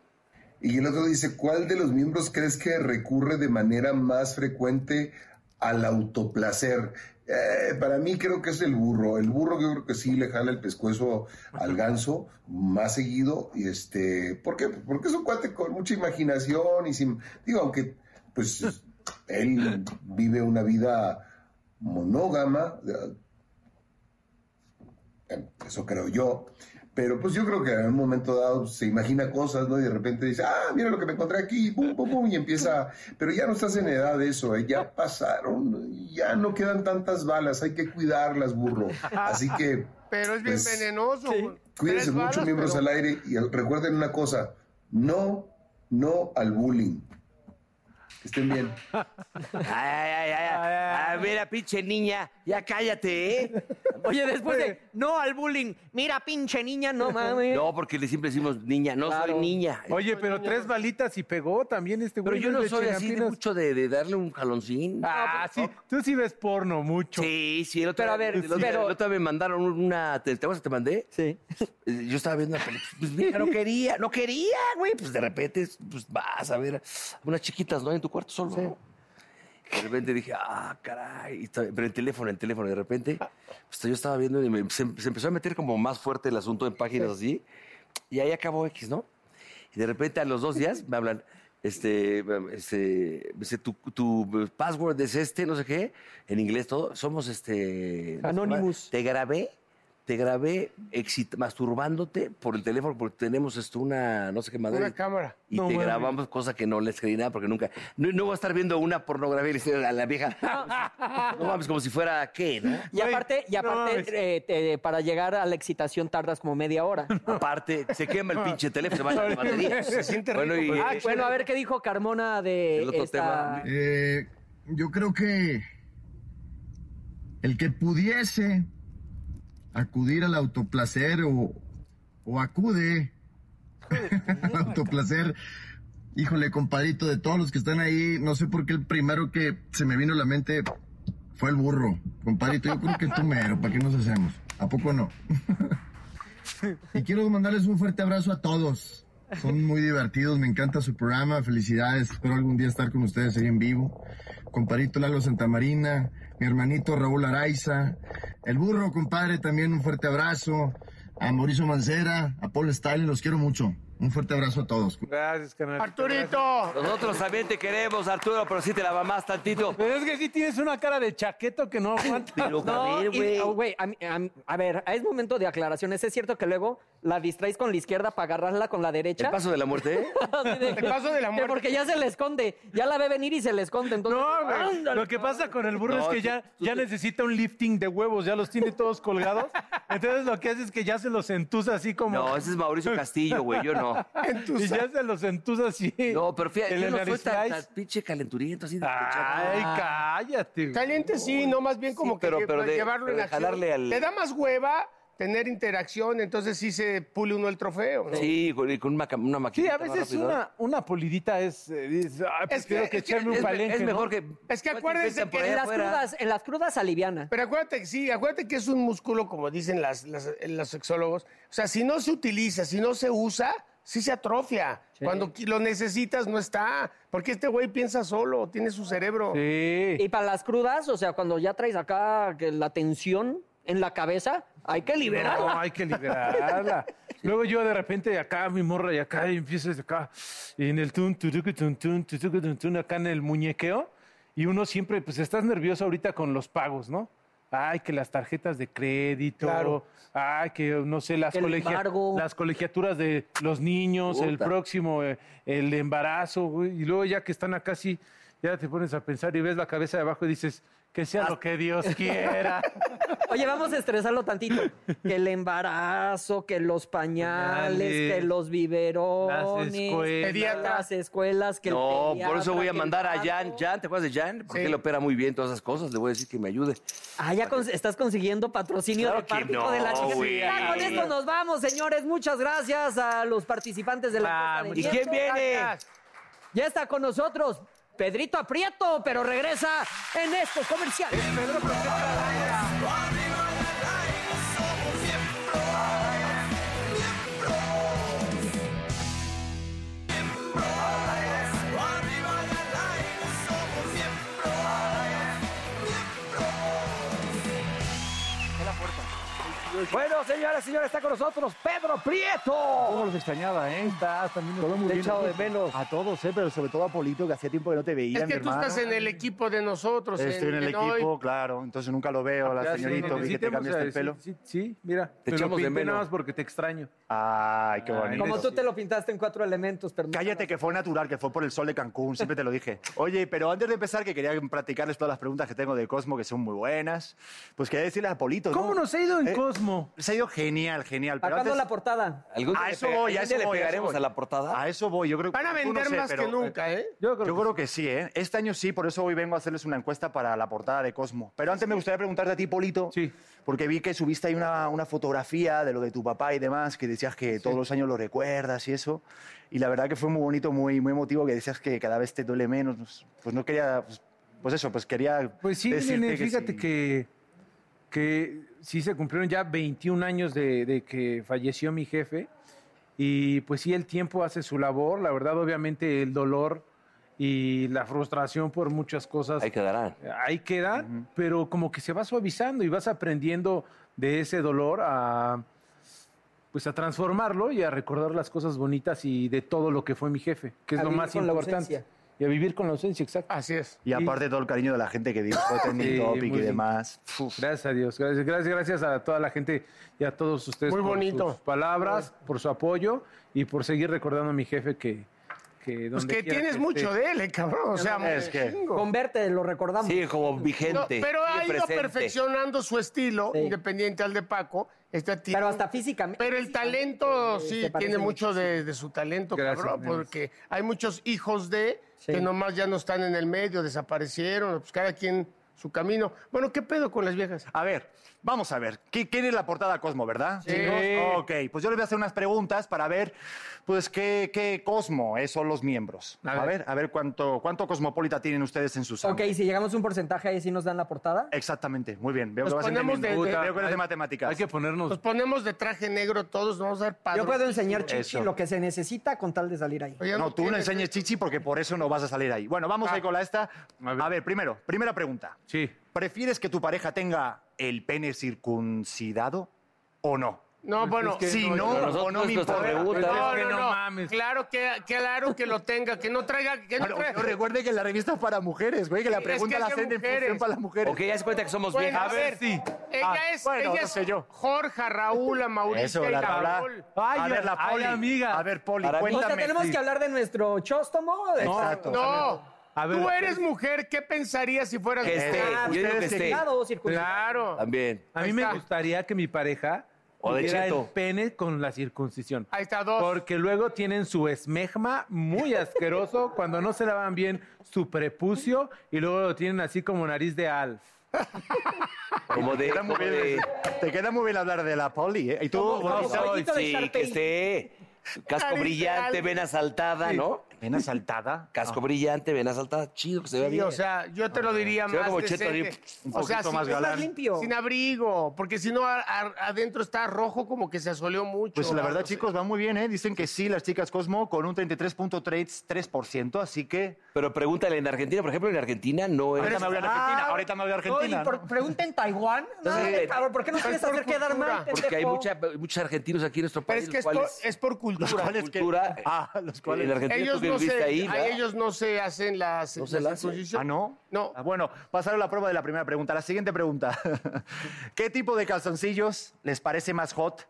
Speaker 7: Y el otro dice, ¿cuál de los miembros crees que recurre de manera más frecuente al autoplacer? Eh, para mí creo que es el burro. El burro yo creo que sí le jala el pescuezo al ganso más seguido. Y este, ¿Por qué? Porque es un cuate con mucha imaginación y sin, digo, aunque pues él vive una vida monógama, eh, eso creo yo. Pero pues yo creo que en un momento dado se imagina cosas, ¿no? Y de repente dice, ah, mira lo que me encontré aquí, pum, pum, pum, y empieza. Pero ya no estás en edad de eso, ¿eh? ya pasaron, ya no quedan tantas balas, hay que cuidarlas, burro. Así que
Speaker 2: Pero es bien
Speaker 7: Pues,
Speaker 2: venenoso. güey.
Speaker 7: cuídense
Speaker 2: Tres
Speaker 7: mucho,
Speaker 2: balas,
Speaker 7: miembros
Speaker 2: pero-
Speaker 7: al aire, y al- recuerden una cosa: no, no al bullying. Que estén bien.
Speaker 1: Ay, ay, ay, ay. A ver, a pinche niña, ya cállate, ¿eh?
Speaker 3: Oye, después de no al bullying, mira pinche niña, no mames.
Speaker 1: No, porque le siempre decimos niña, no soy niña.
Speaker 4: Oye, pero tres balitas y pegó también este
Speaker 1: pero
Speaker 4: güey.
Speaker 1: yo
Speaker 4: es
Speaker 1: no
Speaker 4: de
Speaker 1: soy así de
Speaker 4: Chiapinas.
Speaker 1: mucho de, de darle un jaloncín.
Speaker 4: Ah, sí. Tú sí ves porno mucho.
Speaker 1: Sí, sí, el otro
Speaker 3: Pero a
Speaker 1: día-
Speaker 3: ver,
Speaker 1: el otro,
Speaker 3: pero-
Speaker 1: el otro día me mandaron una. ¿Te, te acuerdas que te mandé?
Speaker 3: Sí.
Speaker 1: Eh, Yo estaba viendo una película. Pues mira, no quería, no quería, güey. Pues de repente, pues vas a ver unas chiquitas, ¿no? En tu cuarto solo. ¿no? De repente dije, ah, caray. y estaba- Pero el teléfono, el teléfono. De repente, pues, yo estaba viendo y me- se, se empezó a meter como más fuerte el asunto en páginas así. Y ahí acabó X, ¿no? Y de repente a los dos días me hablan, este, este, me dice, tu, tu password es este, no sé qué, en inglés todo. Somos este.
Speaker 3: Anonymous.
Speaker 1: Te grabé, te grabé exit- masturbándote por el teléfono porque tenemos esto, una, no sé qué madre.
Speaker 2: Una cámara.
Speaker 1: Y
Speaker 4: No,
Speaker 1: te
Speaker 4: bueno.
Speaker 1: grabamos cosa que no les creí nada porque nunca. No, no voy a estar viendo una pornografía y le decirle a la vieja. No mames, como si fuera qué, ¿no?
Speaker 3: Y aparte, y
Speaker 4: no
Speaker 3: aparte
Speaker 4: mames.
Speaker 3: eh, te- para llegar a la excitación tardas como media hora.
Speaker 1: Aparte, se quema el pinche teléfono, se va la batería.
Speaker 2: Se siente
Speaker 1: Bueno,
Speaker 2: rico,
Speaker 1: y-
Speaker 2: pero-
Speaker 3: Ah, bueno, a ver qué dijo Carmona de
Speaker 1: El otro
Speaker 3: esta...
Speaker 1: tema.
Speaker 8: Eh, yo creo que el que pudiese acudir al autoplacer o, o acude al autoplacer, híjole, compadrito, de todos los que están ahí, no sé por qué el primero que se me vino a la mente fue el burro. Compadrito, yo creo que tú mero, ¿para qué nos hacemos? ¿A poco no? Y quiero mandarles un fuerte abrazo a todos. Son muy divertidos, me encanta su programa, felicidades. Espero algún día estar con ustedes ahí en vivo. Compadrito Lalo Santamarina, mi hermanito Raúl Araiza, el burro, compadre, también un fuerte abrazo. A Mauricio Mancera, a Paul Stalin, los quiero mucho. Un fuerte abrazo a todos.
Speaker 4: Gracias, canal.
Speaker 2: Arturito.
Speaker 1: Nosotros también te queremos, Arturo, pero sí te la mamás tantito.
Speaker 4: Pero es que sí tienes una cara de chaqueto que no aguanta.
Speaker 1: Pero,
Speaker 3: No,
Speaker 1: a ver,
Speaker 3: y-
Speaker 1: güey.
Speaker 3: oh, güey, a, mí- a mí- a ver, es momento de aclaraciones. ¿Es cierto que luego la distraes con la izquierda para agarrarla con la derecha?
Speaker 1: El paso de la muerte, ¿eh?
Speaker 3: Así de-
Speaker 2: El paso de la
Speaker 3: que
Speaker 2: muerte.
Speaker 3: Porque ya se le esconde, ya la ve venir y se le esconde. Entonces,
Speaker 4: No, güey.
Speaker 3: ándale,
Speaker 4: Lo que pasa con el burro
Speaker 1: No,
Speaker 4: es que
Speaker 1: tú-
Speaker 4: ya,
Speaker 1: tú-
Speaker 4: ya
Speaker 1: tú-
Speaker 4: necesita un lifting de huevos, ya los tiene todos colgados. Entonces lo que hace es que ya se los entusa así como.
Speaker 1: No, ese es Mauricio Castillo, güey, yo no.
Speaker 4: y ya se los entusa así.
Speaker 1: No, pero fíjate,
Speaker 4: en
Speaker 1: yo
Speaker 4: el
Speaker 1: no soy tan,
Speaker 4: nariz.
Speaker 1: tan pinche calenturiento así de
Speaker 4: Ay, cállate. güey.
Speaker 2: Caliente sí, no, más bien como
Speaker 1: Sí, pero-
Speaker 2: que
Speaker 1: pero de-
Speaker 2: llevarlo en
Speaker 1: pero de
Speaker 2: acción.
Speaker 1: jalarle al-
Speaker 2: Te da más hueva tener interacción, entonces sí se pule uno el trofeo. ¿no?
Speaker 1: Sí, con, y con una, cam- una
Speaker 4: Sí,
Speaker 1: maquinita.
Speaker 4: a
Speaker 1: más
Speaker 4: veces
Speaker 1: rápido.
Speaker 4: una, una polidita es. eh, dices, "Ay,
Speaker 2: Es
Speaker 4: prefiero
Speaker 2: que-
Speaker 4: que
Speaker 2: es que
Speaker 4: echarme un
Speaker 1: Es, me-
Speaker 4: palenque.
Speaker 1: es
Speaker 4: ¿no?
Speaker 1: mejor que.
Speaker 2: Es que
Speaker 1: Cuate,
Speaker 2: acuérdense
Speaker 1: empiezan por
Speaker 2: que
Speaker 1: allá
Speaker 3: en, las
Speaker 1: afuera.
Speaker 3: crudas, en las crudas aliviana.
Speaker 2: Pero acuérdate que sí, acuérdate que es un músculo, como dicen las, las- los sexólogos. O sea, si no se utiliza, si no se usa, sí se atrofia. Cuando qui- lo necesitas, no está. Porque este güey piensa solo, tiene su cerebro.
Speaker 4: Sí.
Speaker 3: Y para las crudas, o sea, cuando ya traes acá que la tensión en la cabeza, hay que liberar.
Speaker 4: No, hay que liberarla. Luego yo de repente acá, mi morra, y acá, y empiezas acá, y en el tun, turucu, tun, tun, tutucu, tun, tun, acá en el muñequeo, y uno siempre, pues estás nervioso ahorita con los pagos, ¿no? Ay, que las tarjetas de crédito,
Speaker 2: Claro.
Speaker 4: ay, que no sé, las,
Speaker 3: El
Speaker 4: colegia-
Speaker 3: embargo.
Speaker 4: las colegiaturas de los niños, el
Speaker 1: Puta.
Speaker 4: próximo, eh, el embarazo, güey, y luego ya que están acá, sí, ya te pones a pensar y ves la cabeza de abajo y dices, que sea lo que Dios quiera.
Speaker 3: Oye, vamos a estresarlo tantito. Que el embarazo, que los pañales,
Speaker 4: Pañales,
Speaker 3: que los biberones,
Speaker 4: las escuelas.
Speaker 2: Pediatra.
Speaker 3: las escuelas, que el
Speaker 1: No, por
Speaker 3: pediatra,
Speaker 1: eso voy a
Speaker 3: que el
Speaker 1: mandar a Jan.
Speaker 3: parto.
Speaker 1: Jan, ¿te acuerdas de Jan? Porque
Speaker 2: Sí.
Speaker 1: él opera muy bien todas esas cosas. Le voy a decir que me ayude.
Speaker 3: Ah, ya cons- estás consiguiendo patrocinio
Speaker 1: Claro
Speaker 3: de
Speaker 1: que
Speaker 3: parte
Speaker 1: no,
Speaker 3: de la chica.
Speaker 1: güey.
Speaker 3: Ya, con esto nos vamos, señores. Muchas gracias a los participantes de la encuesta
Speaker 1: Ah, ¿Y
Speaker 3: de
Speaker 1: quién
Speaker 3: tiempo.
Speaker 1: viene?
Speaker 3: Ya está con nosotros Pedrito Aprieto, pero regresa en este estos
Speaker 9: Eh,
Speaker 3: comerciales.
Speaker 1: Bueno, señoras y señores, está con nosotros Pedro Prieto.
Speaker 9: ¿Cómo los extrañaba, eh? Estás también todo muy Te he bien. echado de menos. A todos, eh, pero sobre todo a Polito, que hacía tiempo que no te veía.
Speaker 2: Es
Speaker 9: mi
Speaker 2: que tú
Speaker 9: hermano.
Speaker 2: estás en el equipo de nosotros.
Speaker 9: Estoy en el
Speaker 2: hoy.
Speaker 9: equipo, claro. Entonces nunca lo veo, la
Speaker 4: Ah, Ya, si
Speaker 9: señorita,
Speaker 4: lo
Speaker 9: vi que te
Speaker 4: necesitemos,
Speaker 9: cambiaste
Speaker 4: o
Speaker 9: el
Speaker 4: sea,
Speaker 9: pelo.
Speaker 4: eh, Sí, sí, sí, mira.
Speaker 2: Pues
Speaker 1: Te echamos de
Speaker 4: pinté
Speaker 1: menos.
Speaker 4: nada más porque te extraño.
Speaker 9: Ay, qué bonito.
Speaker 3: Como tú te lo pintaste en cuatro elementos, pero no-
Speaker 9: Cállate, que fue natural, que fue por el sol de Cancún, siempre te lo dije. Oye, pero antes de empezar, que quería practicarles todas las preguntas que tengo de Cosmo, que son muy buenas, pues quería decirles a Polito,
Speaker 4: ¿Cómo
Speaker 9: ¿no?
Speaker 4: nos ha ido en
Speaker 9: Eh,
Speaker 4: Cosmo?
Speaker 9: Se ha ido genial, genial. Pero
Speaker 3: ¿Para cuándo
Speaker 9: antes,
Speaker 3: la portada?
Speaker 1: ¿Algún día
Speaker 9: A
Speaker 1: le
Speaker 9: eso
Speaker 1: pega-
Speaker 9: voy, a
Speaker 1: algún día
Speaker 9: eso
Speaker 1: le
Speaker 9: voy, a eso
Speaker 1: pegaremos
Speaker 9: voy.
Speaker 1: a la portada?
Speaker 9: a eso voy, yo creo
Speaker 2: Van a
Speaker 9: tú no
Speaker 2: vender
Speaker 9: sé,
Speaker 2: más
Speaker 9: pero,
Speaker 2: que nunca, ¿eh?
Speaker 4: Yo creo
Speaker 9: Yo
Speaker 4: que
Speaker 9: creo que sí, ¿eh? Este año sí, por eso hoy vengo a hacerles una encuesta para la portada de Cosmo. Pero antes me gustaría preguntarte a ti, Polito,
Speaker 4: Sí.
Speaker 9: porque vi que subiste ahí una, una fotografía de lo de tu papá y demás, que decías que todos los años lo recuerdas y eso. Y la verdad que fue muy bonito, muy, muy emotivo, que decías que cada vez te duele menos. Pues no quería, pues, pues eso, pues quería
Speaker 4: Pues sí,
Speaker 9: decirte
Speaker 4: nene, fíjate
Speaker 9: sí.
Speaker 4: que, que sí se cumplieron ya 21 años de, de que falleció mi jefe. Y pues sí, el tiempo hace su labor. La verdad, obviamente, el dolor y la frustración por muchas cosas.
Speaker 1: Ahí quedarán.
Speaker 4: Ahí queda, pero como que se va suavizando y vas aprendiendo de ese dolor a pues a transformarlo y a recordar las cosas bonitas y de todo lo que fue mi jefe, que es
Speaker 3: A
Speaker 4: lo
Speaker 3: vivir
Speaker 4: más
Speaker 3: con la
Speaker 4: importante.
Speaker 3: ausencia.
Speaker 4: Y a vivir con la ausencia, exacto.
Speaker 2: Así es.
Speaker 9: Y aparte todo el cariño de la gente que dijo Trending
Speaker 4: Sí,
Speaker 9: Topic
Speaker 4: muy
Speaker 9: y
Speaker 4: bien.
Speaker 9: demás.
Speaker 4: Gracias a Dios, gracias, gracias, gracias a toda la gente y a todos ustedes
Speaker 2: Muy
Speaker 4: por
Speaker 2: bonito.
Speaker 4: sus palabras, por su apoyo y por seguir recordando a mi jefe que, que
Speaker 2: Pues
Speaker 4: donde
Speaker 2: que
Speaker 4: quiera
Speaker 2: tienes
Speaker 4: que
Speaker 2: mucho
Speaker 4: esté.
Speaker 2: de él, eh, cabrón. O sea,
Speaker 9: Es que-
Speaker 2: chingo.
Speaker 3: Con verte lo recordamos.
Speaker 1: Sí, como
Speaker 2: No,
Speaker 1: vigente.
Speaker 2: pero ha
Speaker 1: sigue
Speaker 2: ido
Speaker 1: presente.
Speaker 2: perfeccionando su estilo,
Speaker 3: Sí.
Speaker 2: independiente al de Paco. Este tiene-
Speaker 3: Pero hasta físicamente.
Speaker 2: Pero el talento
Speaker 3: eh,
Speaker 2: sí
Speaker 3: se parece
Speaker 2: tiene mucho de, de su talento,
Speaker 4: Gracias,
Speaker 2: cabrón,
Speaker 4: nenas.
Speaker 2: porque hay muchos hijos de
Speaker 3: Sí.
Speaker 2: que nomás ya no están en el medio, desaparecieron, pues cada quien su camino. Bueno, ¿qué pedo con las viejas?
Speaker 9: A ver, vamos a ver. ¿Qui- ¿Quién es la portada Cosmo, verdad? Sí. Ok, pues yo les voy a hacer unas preguntas para ver, pues, qué, qué Cosmo es- son los miembros.
Speaker 4: A
Speaker 9: A
Speaker 4: ver.
Speaker 9: ver, a ver, cuánto, cuánto cosmopolita tienen ustedes en sus
Speaker 3: Ok,
Speaker 9: sangre.
Speaker 3: si llegamos a un porcentaje ahí sí nos dan la portada.
Speaker 9: Exactamente, muy bien. Veo
Speaker 2: Nos
Speaker 9: que vas
Speaker 2: ponemos
Speaker 9: entendiendo.
Speaker 2: de- de-
Speaker 9: Veo que eres
Speaker 4: hay-
Speaker 9: de matemáticas.
Speaker 4: Hay que ponernos
Speaker 2: Nos ponemos de traje negro todos, vamos a ver padrón.
Speaker 3: Yo puedo enseñar Chichi
Speaker 9: Eso.
Speaker 3: lo que se necesita con tal de salir ahí.
Speaker 2: Oye,
Speaker 9: No, tú no
Speaker 2: tienes-
Speaker 9: enseñes chichi porque por eso no vas a salir ahí. Bueno, vamos
Speaker 2: Ah.
Speaker 9: ahí con la esta.
Speaker 4: A
Speaker 9: A
Speaker 4: ver.
Speaker 9: ver. primero, primera pregunta.
Speaker 4: Sí.
Speaker 9: ¿Prefieres que tu pareja tenga el pene circuncidado o no?
Speaker 2: No,
Speaker 1: Pues
Speaker 2: bueno,
Speaker 9: si
Speaker 2: no,
Speaker 9: no,
Speaker 1: pero nosotros
Speaker 9: o no me
Speaker 1: nuestra
Speaker 9: importa.
Speaker 1: pregunta-
Speaker 2: No,
Speaker 4: Es que
Speaker 2: no,
Speaker 4: no
Speaker 2: no.
Speaker 4: mames.
Speaker 2: Claro que, claro que lo tenga, que no traiga, que no
Speaker 9: Bueno,
Speaker 2: traiga.
Speaker 9: pero recuerde que la revista es para mujeres, güey, que la
Speaker 2: Sí, es que
Speaker 9: pregunta
Speaker 2: es
Speaker 9: la
Speaker 2: de
Speaker 9: hacen en
Speaker 2: mujeres.
Speaker 9: función para las mujeres.
Speaker 1: Ok, ya se cuenta que somos
Speaker 2: Bueno,
Speaker 1: viejas.
Speaker 2: a ver,
Speaker 4: sí.
Speaker 2: Ella
Speaker 9: Ah,
Speaker 2: es,
Speaker 9: bueno,
Speaker 2: ella
Speaker 9: no
Speaker 2: es
Speaker 9: sé yo.
Speaker 2: Jorge, Raúl, a Mauricio
Speaker 9: Eso,
Speaker 2: y
Speaker 9: la
Speaker 2: la
Speaker 9: tabla.
Speaker 2: Paul.
Speaker 4: Ay,
Speaker 9: a ver, la
Speaker 4: ay,
Speaker 9: Poli.
Speaker 4: amiga.
Speaker 9: A ver, Poli,
Speaker 1: Para mí-
Speaker 3: O sea,
Speaker 9: cuéntame.
Speaker 3: tenemos que hablar de nuestro chóstomo. de-
Speaker 9: Exacto.
Speaker 2: No.
Speaker 4: A ver,
Speaker 2: Tú
Speaker 4: a ver.
Speaker 2: eres mujer, ¿qué pensarías si fueras
Speaker 1: Que esté.
Speaker 2: mujer?
Speaker 3: Ah,
Speaker 1: yo digo que
Speaker 3: circuncidado, circuncidado.
Speaker 2: Claro.
Speaker 1: También.
Speaker 4: A mí
Speaker 2: este Ahí
Speaker 4: me
Speaker 2: está.
Speaker 4: gustaría que mi pareja
Speaker 1: O de
Speaker 4: tuviera el
Speaker 1: cheto.
Speaker 4: pene con la circuncisión.
Speaker 2: Ahí está, dos.
Speaker 4: Porque luego tienen su esmegma muy asqueroso cuando no se lavan bien su prepucio y luego lo tienen así como nariz de alf.
Speaker 1: Como de.
Speaker 9: Queda muy
Speaker 1: como
Speaker 9: bien-
Speaker 1: de-
Speaker 9: Te queda muy bien hablar de la Poli, ¿eh? Y tú,
Speaker 3: Como-
Speaker 9: bueno,
Speaker 3: como
Speaker 9: ¿sabes?
Speaker 3: caballito de
Speaker 1: sí, que
Speaker 3: Sharpay.
Speaker 1: esté. Casco
Speaker 2: Nariz
Speaker 1: brillante,
Speaker 2: real.
Speaker 1: vena saltada, ¿no?
Speaker 9: ¿Pena saltada?
Speaker 1: Casco brillante, vena saltada. Chido que se vea
Speaker 2: Sí,
Speaker 1: bien.
Speaker 2: o sea, yo te lo diría
Speaker 1: Se ve
Speaker 2: más
Speaker 1: como Cheto
Speaker 2: decente.
Speaker 1: Dip,
Speaker 9: un
Speaker 2: o sea,
Speaker 9: poquito más
Speaker 2: sin,
Speaker 9: galán.
Speaker 3: Más limpio.
Speaker 2: sin abrigo, porque si no a- a- adentro está rojo como que se asoleó mucho.
Speaker 9: Pues la verdad,
Speaker 2: No sé.
Speaker 9: chicos, va muy bien, ¿eh? Dicen que sí, las chicas Cosmo, con un 33.3%, así que...
Speaker 1: Pero pregúntale, en Argentina, por ejemplo, en Argentina no es. Ah,
Speaker 9: Ahorita me voy a Argentina, ahorita me voy a
Speaker 3: Oye,
Speaker 9: Argentina.
Speaker 3: por- pregunta en Taiwán. No,
Speaker 1: Sí.
Speaker 3: hombre, cabrón, ¿por qué nos quieres
Speaker 2: por
Speaker 3: hacer quedar
Speaker 2: cultura.
Speaker 3: mal?
Speaker 1: Porque hay
Speaker 3: pendejo?
Speaker 1: mucha- muchos argentinos aquí en nuestro
Speaker 2: Pero
Speaker 1: país.
Speaker 2: es que esto
Speaker 1: los
Speaker 2: es,
Speaker 1: cuales-
Speaker 2: por cultura.
Speaker 9: ¿Cuál es que-
Speaker 1: cultura.
Speaker 9: Ah, los cuales...
Speaker 1: En Argentina
Speaker 2: Ellos
Speaker 1: tú que
Speaker 2: no,
Speaker 1: viviste
Speaker 2: se,
Speaker 1: ahí.
Speaker 2: a
Speaker 1: ¿verdad?
Speaker 2: ellos no se hacen las,
Speaker 1: No se
Speaker 2: la
Speaker 1: la hacen.
Speaker 2: circuncisión.
Speaker 9: ¿Ah, no?
Speaker 2: No.
Speaker 9: Ah, bueno, pasaron la prueba de la primera pregunta. La siguiente pregunta. ¿Qué tipo de calzoncillos les parece más hot?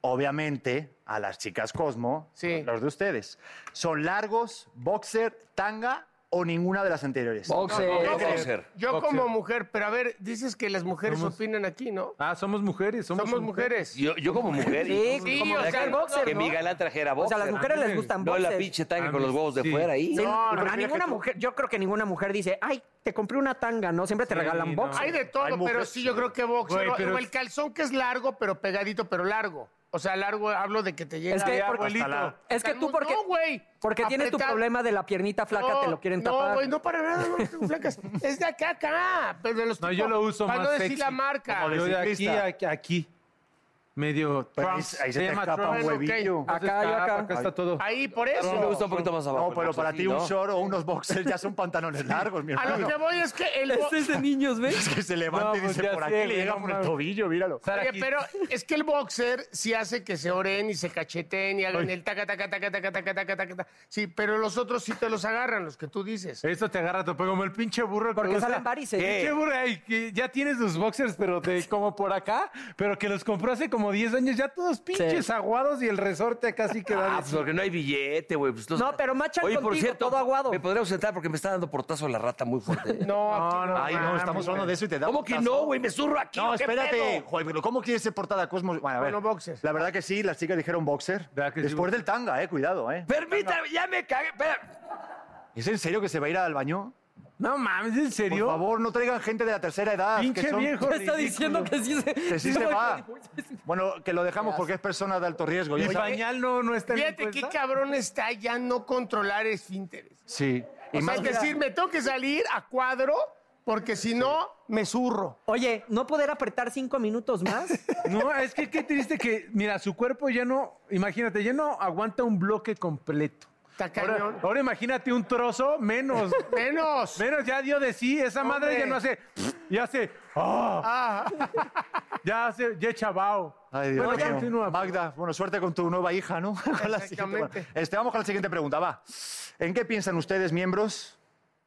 Speaker 9: Obviamente, a las chicas Cosmo,
Speaker 2: Sí.
Speaker 9: los de ustedes. ¿Son largos, boxer, tanga o ninguna de las anteriores?
Speaker 3: Boxer.
Speaker 1: ¿Qué
Speaker 2: Boxer.
Speaker 1: querés ser?
Speaker 2: Yo
Speaker 4: Boxer.
Speaker 2: como mujer, pero a ver, dices que las mujeres
Speaker 4: Somos-
Speaker 2: opinan aquí, ¿no?
Speaker 4: Ah, somos mujeres, somos,
Speaker 2: Somos mujeres.
Speaker 1: Yo, yo como mujer.
Speaker 3: Sí,
Speaker 2: Sí,
Speaker 3: como
Speaker 2: o
Speaker 3: de
Speaker 2: sea,
Speaker 3: que-
Speaker 2: boxer,
Speaker 3: que
Speaker 1: que mi
Speaker 3: mi gala-
Speaker 1: galán trajera
Speaker 3: O
Speaker 1: boxer.
Speaker 3: sea, a las mujeres les
Speaker 4: mí-
Speaker 3: gustan
Speaker 1: No la
Speaker 3: boxers.
Speaker 1: pinche tanga
Speaker 4: A
Speaker 1: con
Speaker 4: mí
Speaker 1: los huevos de
Speaker 4: sí.
Speaker 1: fuera ahí.
Speaker 3: Sí,
Speaker 2: No, no,
Speaker 3: a ninguna mujer, yo creo que ninguna mujer dice, ay, te compré una tanga, ¿no? Siempre te
Speaker 4: Sí,
Speaker 3: regalan
Speaker 4: no.
Speaker 3: boxer.
Speaker 2: Hay de todo,
Speaker 9: Hay
Speaker 2: pero
Speaker 9: mujeres-
Speaker 2: sí, yo creo que boxer.
Speaker 4: Güey,
Speaker 2: o-
Speaker 4: pero
Speaker 2: o el
Speaker 4: es-
Speaker 2: calzón que es largo, pero pegadito, pero largo. O sea, largo, hablo de que te llega.
Speaker 3: Es que,
Speaker 2: a-
Speaker 3: porque-
Speaker 9: Hasta la-
Speaker 3: es que tú porque,
Speaker 2: No, güey.
Speaker 3: porque tienes tu
Speaker 2: Apretar.
Speaker 3: problema de la piernita flaca, te lo quieren tapar.
Speaker 2: No, güey, no para nada, no tengo flacas. Es de acá, acá. Pero de los
Speaker 4: No,
Speaker 2: tipo-
Speaker 4: yo lo uso
Speaker 2: para
Speaker 4: más
Speaker 2: no decir
Speaker 4: sexy.
Speaker 2: la marca.
Speaker 9: Como
Speaker 4: Yo de aquí
Speaker 9: ciclista.
Speaker 4: a aquí, pues, aquí, medio
Speaker 1: Pues
Speaker 9: Pero ahí,
Speaker 4: Trump.
Speaker 9: ahí se te
Speaker 4: llama
Speaker 9: escapa
Speaker 4: Trump.
Speaker 9: un huevillo.
Speaker 3: Ah, Acá, yo
Speaker 4: Entonces,
Speaker 3: acá.
Speaker 4: Acá está todo.
Speaker 2: Ahí, por
Speaker 1: A mí me gusta
Speaker 2: eso.
Speaker 1: un poquito más abajo.
Speaker 9: No, pero para ti un short o unos boxers ya son pantalones largos, mi
Speaker 2: A lo
Speaker 9: hermano.
Speaker 2: que voy es que el bo-
Speaker 3: Este es de niños, ¿ves?
Speaker 9: Es que se levanta
Speaker 4: No,
Speaker 9: y
Speaker 4: pues
Speaker 9: dice,
Speaker 4: ya
Speaker 9: por
Speaker 4: sé,
Speaker 9: aquí le
Speaker 4: güey,
Speaker 9: llega
Speaker 4: no
Speaker 9: por el
Speaker 4: mames.
Speaker 9: tobillo, míralo.
Speaker 4: Sara
Speaker 2: Oye,
Speaker 4: Kit.
Speaker 2: pero es que el boxer sí hace que se oren y se cacheten y hagan el taca, taca, taca, taca, taca, taca, taca, taca. Sí, pero los otros sí te los agarran, los que tú dices.
Speaker 4: Eso te agarra a tope como el pinche burro. que
Speaker 3: Porque
Speaker 4: usa-
Speaker 3: salen ¿eh? varices.
Speaker 4: Pinche burro, ay, que ya tienes sus boxers, pero de, como por acá, pero que los compró hace como 10 años, ya todos pinches aguados y el resorte casi queda.
Speaker 1: Ah, pues porque no hay billete, güey. pues los-
Speaker 3: No, pero machan contigo, todo aguado.
Speaker 1: Me podría ausentar porque me está dando portazo la rata muy fuerte. ¿eh?
Speaker 2: No, aquí no.
Speaker 9: Ay, no, estamos hablando de eso y te da
Speaker 1: ¿Cómo
Speaker 9: un
Speaker 1: que
Speaker 9: putazo.
Speaker 1: no, güey? Me zurro aquí.
Speaker 9: No,
Speaker 1: ¿qué
Speaker 9: espérate.
Speaker 1: pedo?
Speaker 9: Joder, pero ¿cómo quieres ser portada Cosmos? Bueno, a ver.
Speaker 2: Bueno, boxers.
Speaker 9: La verdad que sí, las chicas dijeron boxer.
Speaker 4: ¿Verdad que sí,
Speaker 9: Después
Speaker 4: boxer?
Speaker 9: del tanga, eh, cuidado, eh.
Speaker 1: Permítame, ya me cagué. espera.
Speaker 9: ¿Es en serio que se va a ir al baño?
Speaker 4: No mames, ¿en
Speaker 9: Por
Speaker 4: serio?
Speaker 9: favor, no traigan gente de la tercera edad. que
Speaker 4: pinche
Speaker 9: son-
Speaker 4: viejo.
Speaker 3: Ya está
Speaker 4: ridículo.
Speaker 3: diciendo que sí se,
Speaker 9: Que sí se va. Bueno, que lo dejamos porque es persona de alto riesgo.
Speaker 4: Mi
Speaker 9: ¿ya sabes?
Speaker 4: pañal no, no está en mi
Speaker 2: Fíjate qué
Speaker 4: cuenta.
Speaker 2: cabrón está ya no controlar esfínteres.
Speaker 9: Sí.
Speaker 2: O
Speaker 9: Y
Speaker 2: sea,
Speaker 9: más
Speaker 2: es decir, me tengo que salir a cuadro porque si no, me zurro.
Speaker 3: Oye, ¿no poder apretar cinco minutos más?
Speaker 4: No, es que qué triste que, mira, su cuerpo ya no, imagínate, ya no aguanta un bloque completo. Ahora, ahora imagínate un trozo menos.
Speaker 2: Menos.
Speaker 4: Menos, ya dio de sí. Esa madre
Speaker 2: Hombre.
Speaker 4: ya no hace. Ya hace. ah, ya hace. Ya chavao.
Speaker 9: Ay, Dios
Speaker 4: bueno,
Speaker 9: mío.
Speaker 4: continúa. pues.
Speaker 9: Magda, bueno, suerte con tu nueva hija, ¿no? Con la siguiente. Bueno,
Speaker 2: Exactamente.
Speaker 9: este, vamos con la siguiente pregunta, va. ¿En qué piensan ustedes, miembros,